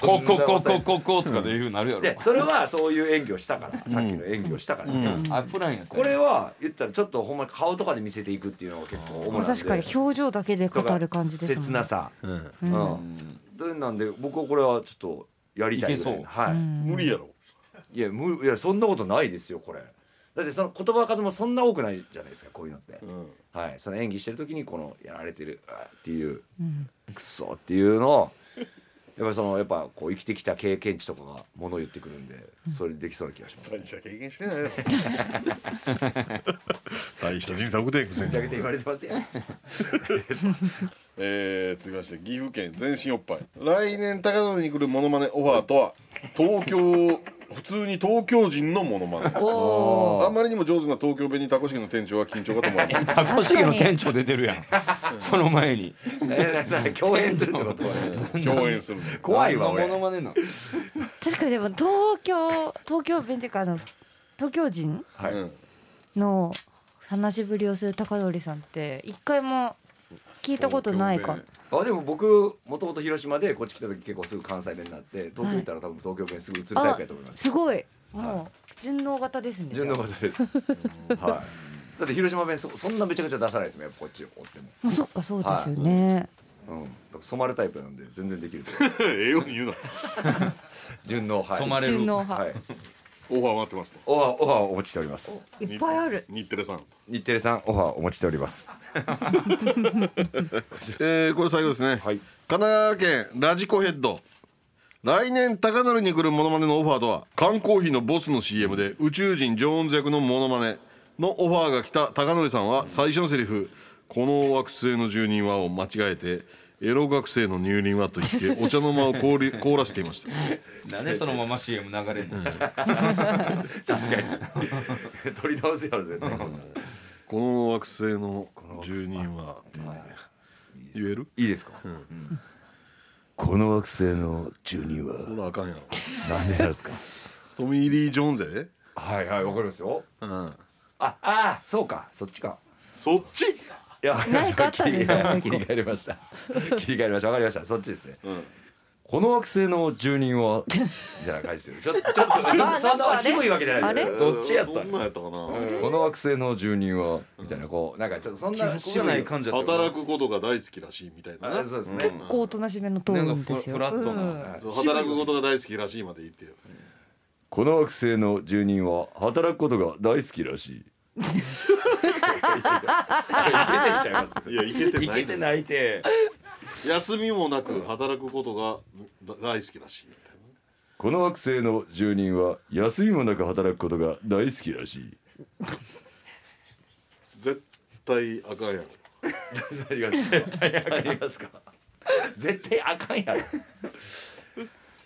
Speaker 5: こここここことかでいうふうになるやろ
Speaker 4: でそれはそういう演技をしたからさっきの演技をしたから、
Speaker 5: あプランやった
Speaker 4: これは言ったらちょっとほんまに顔とかで見せていくっていうのが結構主なんで
Speaker 6: 確かに表情だけで
Speaker 4: とか
Speaker 6: 語る感じですもん
Speaker 4: 切なさ
Speaker 2: うん
Speaker 4: うん、というなんで僕はこれはちょっとやりたいぐら
Speaker 5: い
Speaker 4: い
Speaker 5: けそう
Speaker 4: はい、
Speaker 2: 無理やろ
Speaker 4: いや無いやそんなことないですよこれだってその言葉数もそんな多くないじゃないですかこういうのって、はいその演技してる時にこのやられてるあーっていう、くそっていうのをやっぱりそのやっぱこう生きてきた経験値とかがものを言ってくるんでそれできそうな気がします、ね
Speaker 2: 大した経験してない よ 大した人生送っていく
Speaker 4: めちゃくちゃ言われてますよ
Speaker 2: えー、続きまして岐阜県全身おっぱい来年高野に来るモノマネオファーとは東京普通に東京人のモノマネ
Speaker 6: お
Speaker 2: あまりにも上手な東京弁にタコシゲの店長は緊張かと思われます
Speaker 5: タコシゲの店長出てるやんその前に
Speaker 4: えーなんか共演するってことは
Speaker 2: 共演するんで
Speaker 4: 怖いわ俺
Speaker 5: 何のモノマネなの
Speaker 6: 確かにでも東京東京弁っていうかあの東京人
Speaker 4: はい、
Speaker 2: うん
Speaker 6: の話しぶりをする高取さんって一回も聞いたことないか
Speaker 4: あでも僕もともと広島でこっち来た時結構すぐ関西弁になって東京行ったら多分東京弁すぐ移るタイプやと思います
Speaker 6: すごいもう順応型ですね
Speaker 4: 順応型 です、はい、だって広島弁そそんなめちゃくちゃ出さないですもんやっぱこっちを追っても、
Speaker 6: まあそっかそうですよね、
Speaker 4: うん、だから染まるタイプなんで全然できると思います
Speaker 2: ええように言うな
Speaker 4: 順応はい
Speaker 5: 染まれる
Speaker 6: 順応
Speaker 4: は
Speaker 6: 派、
Speaker 4: い
Speaker 2: オファー待ってますと
Speaker 4: オファーオファーをお持ちしております
Speaker 6: い、っぱいある
Speaker 2: 日テレさん
Speaker 4: 日テレさんオファーをお持ちしております
Speaker 2: えー、これ最後ですね、
Speaker 4: はい
Speaker 2: 神奈川県ラジコヘッド来年高成に来るモノマネのオファーとは缶コーヒーのボスの CM で宇宙人ジョーンズ役のモノマネのオファーが来た高成さんは最初のセリフ「この惑星の住人は」を間違えて「エロ学生の入輪は」と言 ってお茶の間を凍り凍らしていました
Speaker 5: なんでそのまま CM 流れるの
Speaker 4: 確かに 取り直せやろ絶対
Speaker 2: 「この惑星の住人は」ってね言える
Speaker 4: いいですか、この惑星の住人は
Speaker 2: ほらあかんやろ
Speaker 4: 何でなんですか
Speaker 2: トミー・リー・ジョーンズやで
Speaker 4: はいはいわかりますよ
Speaker 2: うん
Speaker 4: ああーそうかそっちか
Speaker 2: そっち
Speaker 4: いや
Speaker 6: なんかあったんですかもう一
Speaker 4: 切
Speaker 6: 個
Speaker 4: り替えれました切り替えれましたわかりましたそっちですね、この惑星の住人はみたいな感じですちょっとちょっとそんな
Speaker 6: あ
Speaker 4: そん
Speaker 6: なんかあ
Speaker 4: な
Speaker 6: れ
Speaker 4: 渋いわけじゃないです
Speaker 6: あ
Speaker 5: どっちやった
Speaker 2: そんなんやったかな
Speaker 4: この惑星の住人はみたいなこうなんかちょっとそんな
Speaker 5: 気がない感じだったよ
Speaker 2: 働くことが大好きらしいみたいな
Speaker 4: あ
Speaker 2: な
Speaker 4: そうですね
Speaker 6: 結構おとなしめのトーンですよ
Speaker 5: なんかフラフラットな
Speaker 6: うん
Speaker 4: はい
Speaker 2: 働くことが大好きらしいまで言ってよ
Speaker 4: この惑星の住人は働くことが大好きらしいいやいやいけてんちゃいます
Speaker 2: いやいけて
Speaker 5: い
Speaker 2: ない
Speaker 5: け てないて
Speaker 2: 休みもなく働くことがだ大好きらしいみたいな
Speaker 4: この惑星の住人は休みもなく働くことが大好きらしい。
Speaker 2: 絶対あかんやろ
Speaker 4: 絶対あかんますか。 絶対あかんやろ。い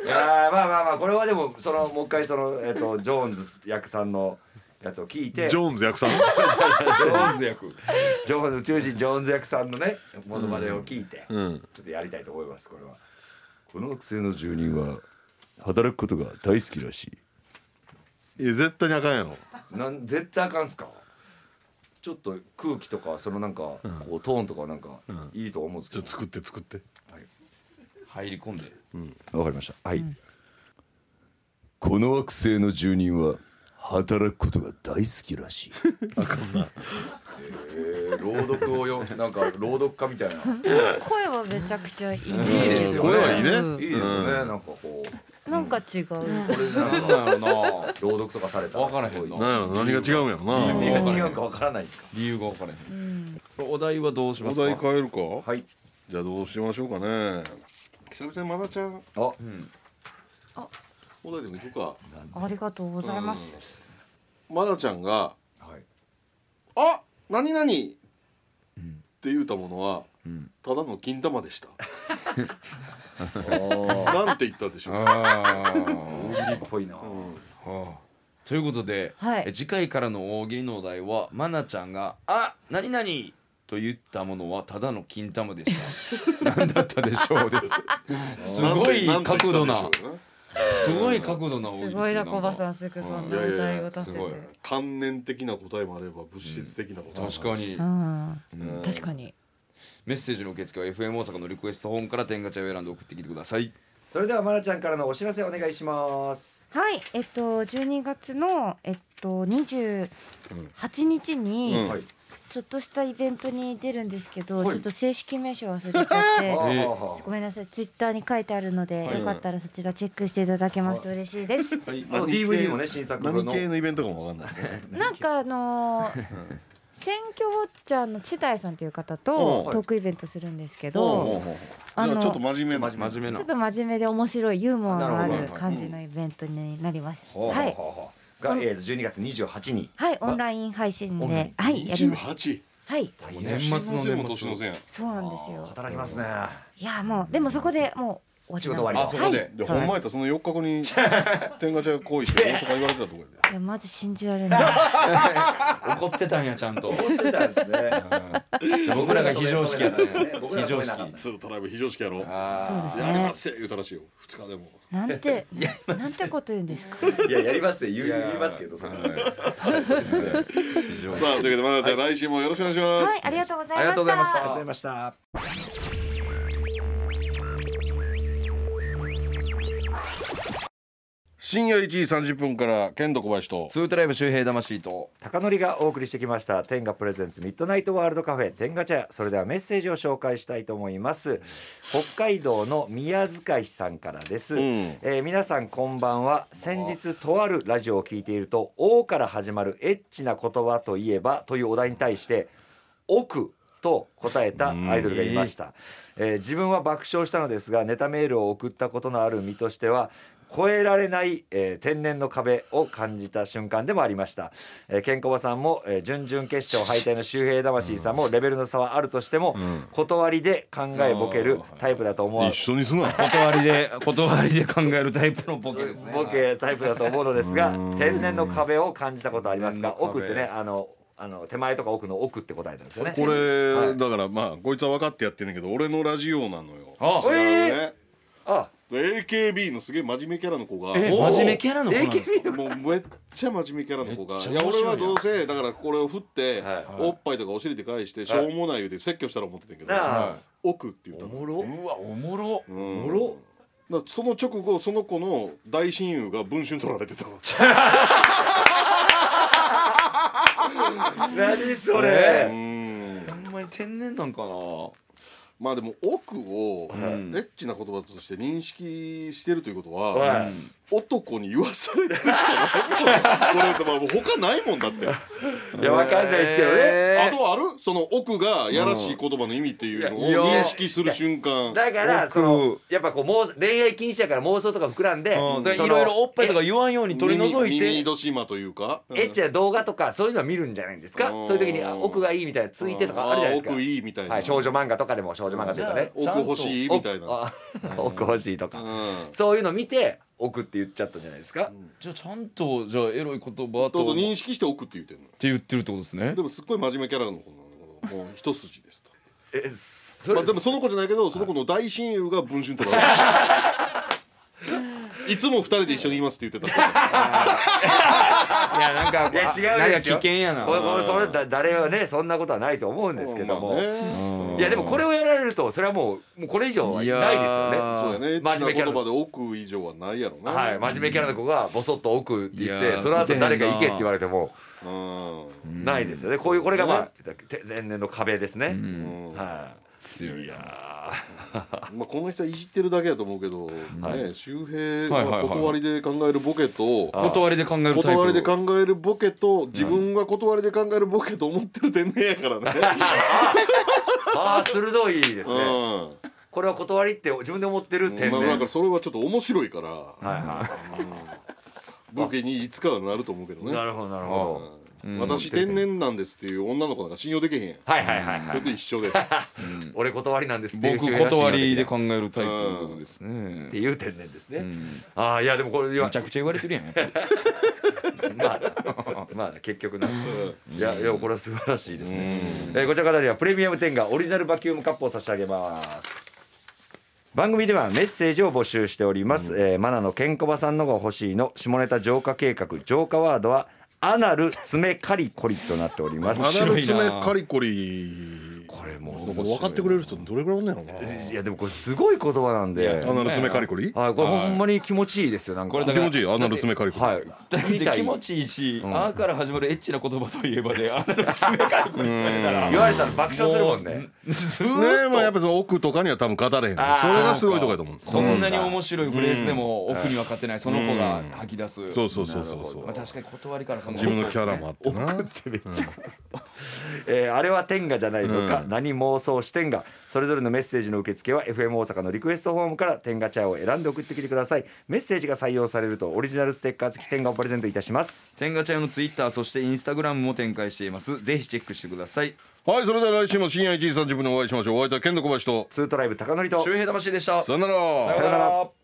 Speaker 4: やーまあまあまあこれはでもそのもう一回そのえっ、とジョーンズ役さんのやつを聞いて
Speaker 2: ジョーンズ 役さん
Speaker 5: 上手役
Speaker 4: ジョーンズ宇宙人ジョーンズ役さんのねモノマネを聞いて、
Speaker 2: うん
Speaker 4: ちょっとやりたいと思いますこれは。この惑星の住人は働くことが大好きらしい。
Speaker 2: いや絶対にあかんやろ
Speaker 4: なん絶対あかんすか。ちょっと空気とかそのなんか、こうトーンとかなんか、いいと思うんです
Speaker 2: ち
Speaker 4: け
Speaker 2: ょ
Speaker 4: ど
Speaker 2: っと。作って作って
Speaker 5: 入り込んで
Speaker 4: わかりました。はい。この惑星の住人は働くことが大好きらしい。 あかんな。朗読を読んなんか朗読家みたいな。
Speaker 6: 声はめちゃくちゃいいい
Speaker 4: いいですよね。
Speaker 2: 声はいいね
Speaker 4: いいですよね。なんかこう
Speaker 6: なんか違う、
Speaker 4: これなんか
Speaker 5: なんだろうな
Speaker 4: 朗読とかされたら
Speaker 5: わからへん
Speaker 4: すごい
Speaker 5: な
Speaker 2: 何やろ何が違うんやろ
Speaker 4: 何
Speaker 2: な
Speaker 4: が違うかわからないですか。
Speaker 5: 理由が分からへんお題はどうしま
Speaker 2: お
Speaker 5: すか
Speaker 2: 題変えるか
Speaker 4: はい。
Speaker 2: じゃあどうしましょうかね久々にまなちゃん
Speaker 4: あ、
Speaker 2: お題でも行くか
Speaker 6: ありがとうございます、
Speaker 2: まなちゃんが
Speaker 4: はい。
Speaker 2: 「あ何々!」って言うたものはただの金玉でしたなんて言ったでしょう
Speaker 5: あ
Speaker 4: 大喜利っぽいな。
Speaker 5: あということで、
Speaker 6: はい
Speaker 5: え次回からの大喜利のお題はまなちゃんが「あ何々!」と言ったものはただの金玉でした。 何だったでしょうです。すごい角度な、すごい角度な大喜利
Speaker 6: す
Speaker 5: ですね
Speaker 6: ごいな小葉さんすぐそんなお題を出せて
Speaker 5: うんいやいやいやすごい
Speaker 2: 観念的な答えもあれば物質的な答えもある
Speaker 5: 確かに
Speaker 6: うん確かに
Speaker 5: メッセージの受付は FM 大阪のリクエストフォームから天ガチャを選んで送ってきてください
Speaker 4: それではまなちゃんからのお知らせお願いします。
Speaker 6: はいえっと12月のえっと28日に、
Speaker 2: うん
Speaker 4: はい。
Speaker 6: ちょっとしたイベントに出るんですけど、
Speaker 4: はい
Speaker 6: ちょっと正式名称忘れちゃっ て
Speaker 4: あ
Speaker 5: え
Speaker 4: ー
Speaker 6: ごめんなさいツイッターに書いてあるので、
Speaker 2: い
Speaker 6: よかったらそちらチェックしていただけますと嬉しいです、
Speaker 4: あの DVD もね新作の
Speaker 2: 何系のイベントかもわかんないね
Speaker 6: なんかあの ー選挙ウォッチャーの千代さんという方
Speaker 2: う
Speaker 6: と
Speaker 2: ん
Speaker 6: トークイベントするんですけ
Speaker 2: ほうほう
Speaker 6: ど
Speaker 2: ほう
Speaker 6: あの
Speaker 2: いやちょっと真面目な
Speaker 4: 真
Speaker 5: 真面目
Speaker 6: ち
Speaker 5: な
Speaker 6: ょっと真面目で面白いユーモアのあ
Speaker 4: なる
Speaker 6: る
Speaker 4: ほど
Speaker 6: 感じのイベントになります
Speaker 4: ほうほ
Speaker 6: は
Speaker 4: うほ
Speaker 6: い
Speaker 4: うほうが、えーと、12月28日に
Speaker 6: はいオンライン配信
Speaker 4: オンライン
Speaker 6: ではいやります
Speaker 2: 28
Speaker 6: はい
Speaker 5: 年末の
Speaker 2: 年も
Speaker 5: 年
Speaker 2: 年
Speaker 5: 末
Speaker 2: のせいや
Speaker 6: そうなんですよ
Speaker 4: 働きますね
Speaker 6: いやもうでもそこでもう終わりなんで
Speaker 4: 仕事終わり
Speaker 5: あそこで、
Speaker 6: はい
Speaker 2: ほんまやったらその4日 後に天下茶屋行為って大阪言われてたとこやで
Speaker 6: いやマジ信じられない
Speaker 5: 怒ってたんやちゃん と
Speaker 3: 思ってたんですね。
Speaker 5: 僕らが非常識やったんや
Speaker 3: 僕ら
Speaker 5: 非
Speaker 3: が止
Speaker 5: 常
Speaker 3: めなかった
Speaker 5: 識
Speaker 2: ツートライブ非常識やろや
Speaker 5: あ
Speaker 6: そうです
Speaker 2: り
Speaker 6: ね
Speaker 2: ますよ言うたらしいよ2日でも
Speaker 6: なんてなんてこと言うんですか
Speaker 3: いややりますって言う言いますけどそれは
Speaker 5: 非常
Speaker 2: さあというわけでまだちゃん来週もよろしくお願いします
Speaker 6: はいありがとうござ
Speaker 5: ありが
Speaker 6: いま
Speaker 5: とうご
Speaker 6: し
Speaker 5: ざいま
Speaker 6: た
Speaker 5: し
Speaker 6: ま
Speaker 5: た
Speaker 4: いました
Speaker 2: 深夜1時30分から剣道小林と
Speaker 5: ツートライブ周平魂と
Speaker 4: 高典がお送りしてきました天下プレゼンツミッドナイトワールドカフェ天下茶屋それではメッセージを紹介したいと思います北海道の宮遣いさんからです、えー皆さんこんばんは先日とあるラジオを聞いていると「王から始まるエッチな言葉といえば」というお題に対して「奥」と答えたアイドルがいました、えー自分は爆笑したのですがネタメールを送ったことのある身としては越えられない、えー天然の壁を感じた瞬間でもありました、えーケンコバさんも、えー準々決勝敗退の周平魂さんもレベルの差はあるとしても、断りで考えボケるタイプだと思う
Speaker 2: 一緒にすな
Speaker 5: 断りで断りで考えるタイプのボケですね
Speaker 4: ボケタイプだと思うのですが天然の壁を感じたことありますか
Speaker 5: 天然の
Speaker 4: 奥
Speaker 5: 壁
Speaker 4: ってねあのあの手前とか奥の奥って答えなんですよね
Speaker 2: こ
Speaker 4: は
Speaker 2: れ
Speaker 4: い
Speaker 2: だからまあこいつは分かってやってんねんけど俺のラジオなのよ
Speaker 5: あ
Speaker 4: え
Speaker 2: ね
Speaker 4: あ
Speaker 2: AKB のすげえ真面目キャラの子が
Speaker 5: え
Speaker 2: お
Speaker 5: 真面目キャラの子なんですか
Speaker 2: もうめっちゃ真面目キャラの子が
Speaker 5: めっちゃ
Speaker 2: いや
Speaker 5: 面白い
Speaker 2: 俺
Speaker 5: やん
Speaker 2: はどうせだからこれを振って、
Speaker 4: はい
Speaker 2: おっぱいとかお尻で返して、しょうもない言うて説教したら思ってたけど、
Speaker 4: なあ
Speaker 2: 奥って言ったの、
Speaker 5: ろうわおもろ
Speaker 2: うんだからその直後その子の大親友が文春取られてた わ
Speaker 4: 何そ
Speaker 2: う
Speaker 4: れ
Speaker 2: ん
Speaker 5: ほんまに天然なんかな
Speaker 2: まあでも奥をエ
Speaker 5: ん
Speaker 2: ッチな言葉として認識してるということは、
Speaker 4: はい
Speaker 2: 男に言わされてるしかないもんこれまあもう他ないもんだって
Speaker 4: いやわかんないですけどね
Speaker 2: あとはあるその奥がやらしい言葉の意味っていうのを
Speaker 5: いや
Speaker 2: 認識する瞬間
Speaker 4: だから
Speaker 5: 奥
Speaker 4: そのやっぱこう妄恋愛禁止やから妄想とか膨らんで
Speaker 5: うんだか
Speaker 4: そ
Speaker 5: ら
Speaker 4: の
Speaker 5: いろいろおっぱいとか言わんように取り除い
Speaker 2: 耳耳
Speaker 5: て
Speaker 2: 戸島というか
Speaker 4: エッチな動画とかそういうのは見るんじゃないんですか
Speaker 2: うん
Speaker 4: そういう時にあ奥がいいみたいなついてとかあるじゃないです
Speaker 2: あー
Speaker 4: か
Speaker 2: 奥いいみたいな、
Speaker 4: はい少女漫画とかでも少女漫画というかね
Speaker 5: ちゃん
Speaker 2: 奥
Speaker 5: と
Speaker 2: 欲しい
Speaker 4: 奥
Speaker 2: みたいな、
Speaker 4: あ 奥欲しいと
Speaker 2: う
Speaker 4: か
Speaker 2: ん、
Speaker 4: そういうの見て奥って言っちゃったんじゃないですか
Speaker 5: じゃあちゃんとじゃあエロい言葉
Speaker 2: と
Speaker 5: と
Speaker 2: 認識して奥って言ってるの
Speaker 5: って言ってるってことですね
Speaker 2: でもすっごい真面目キャラの子なのかなもう一筋ですと。
Speaker 4: えそ
Speaker 2: まあでもその子じゃないけどその子の大親友が文春とか いつも二人で一緒にいますって言ってた
Speaker 5: いやなんか
Speaker 4: いや違うんですよ
Speaker 5: なんか危険やな
Speaker 4: これこれそれだ誰はねそんなことはないと思うんですけども、
Speaker 2: まあね
Speaker 5: うん
Speaker 4: いやでもこれをやられるとそれはもうもうこれ以上はい
Speaker 5: やー
Speaker 4: ないですよね
Speaker 2: そうやねエッ
Speaker 4: 真
Speaker 2: チ
Speaker 4: 面
Speaker 2: な
Speaker 4: 目キ
Speaker 2: 言
Speaker 4: ャラ
Speaker 2: 葉で奥以上はないやろな
Speaker 4: はい真面目キャラの子がボソッと奥って言っ
Speaker 5: い
Speaker 4: て
Speaker 5: やー
Speaker 4: その後誰が行けって言われても
Speaker 2: うん
Speaker 4: ないですよねこういうこれがまあ天然の壁ですね、
Speaker 2: うん
Speaker 4: は
Speaker 5: 強いない
Speaker 2: まあこの人はいじってるだけやと思うけど
Speaker 4: は
Speaker 2: ね周平
Speaker 5: はいはいは
Speaker 2: はい断りで考えるボケと
Speaker 5: 断りで考えるタイプ
Speaker 2: 断りで考えるボケと自分が断りで考えるボケと思ってる天然やから ね
Speaker 4: い、ああ鋭いです
Speaker 2: う
Speaker 4: ね
Speaker 2: ん
Speaker 4: これは断りって自分で思ってる天
Speaker 2: ま
Speaker 4: 然、
Speaker 2: あだか
Speaker 4: は
Speaker 2: らそれはちょっと面白いから
Speaker 4: いは
Speaker 2: ボケにいつかはなると思うけど
Speaker 4: い、
Speaker 2: ね
Speaker 4: なるほどなるほど、
Speaker 2: うん私天然なんですっていう女の子なんか信用できへんやん
Speaker 4: はいはいはい
Speaker 2: そ
Speaker 4: は
Speaker 2: れ
Speaker 4: い
Speaker 2: と一 緒で
Speaker 4: 俺断りなんですっていう
Speaker 5: 僕断りで考えるタイプのことですね
Speaker 4: っていう天然ですね、
Speaker 5: うん
Speaker 4: ああいやでもこれ
Speaker 5: めちゃくちゃ言われてるやんやっぱり
Speaker 4: まあ、まあ、結局な。いや、いや、これは素晴らしいですね。えーこちらからにはプレミアムテンガオリジナルバキュームカップを差し上げます。番組ではメッセージを募集しております。えーマナのケンコバさんのが欲しいの下ネタ浄化計画浄化ワードはアナル爪カリコリとなっております。
Speaker 2: アナ
Speaker 5: 白
Speaker 2: ル
Speaker 5: いな
Speaker 2: 爪カリコリ
Speaker 4: これもうす
Speaker 2: もう分かってくれる人どれぐらいおんねやろない
Speaker 4: やでもこれすごい言葉なんで、
Speaker 2: アナル爪カリコリ
Speaker 4: はいこれほんまに気持ちいいですよなんか。
Speaker 5: これだ
Speaker 2: 気
Speaker 5: け
Speaker 2: 持ちいいアナル爪カリコリ
Speaker 4: はい。
Speaker 5: だっ
Speaker 4: み
Speaker 5: て
Speaker 4: たい
Speaker 5: 気持ちいいし「あ」から始まるエッチな言葉といえばで「あ」の爪かいこに言われたら
Speaker 4: 言われたら爆笑するもんね。
Speaker 5: うずーっと
Speaker 2: ねえまあやっぱその奥とかには多分語れへんそれ
Speaker 4: あー
Speaker 2: がすごいとこやと思う
Speaker 5: こんなに面白いフレーズでも奥には勝てないその子が吐き出す
Speaker 2: そうそうそうそうそう
Speaker 5: まあ確かに断りから考え
Speaker 2: 自分のキャラもあってな
Speaker 4: えーあれは天下じゃないのか、何妄想してんがそれぞれのメッセージの受付は FM 大阪のリクエストフォームから天下茶屋を選んで送ってきてくださいメッセージが採用されるとオリジナルステッカー付き天下をプレゼントいたします
Speaker 5: 天ガチャ用のツイッターそしてインスタグラムも展開していますぜひチェックしてください
Speaker 2: はいそれでは来週も深夜1時30分にお会いしましょうお相手は剣道小林と
Speaker 4: ツートライブ高典と
Speaker 5: 周平魂でした。
Speaker 2: さよなら
Speaker 4: さよなら。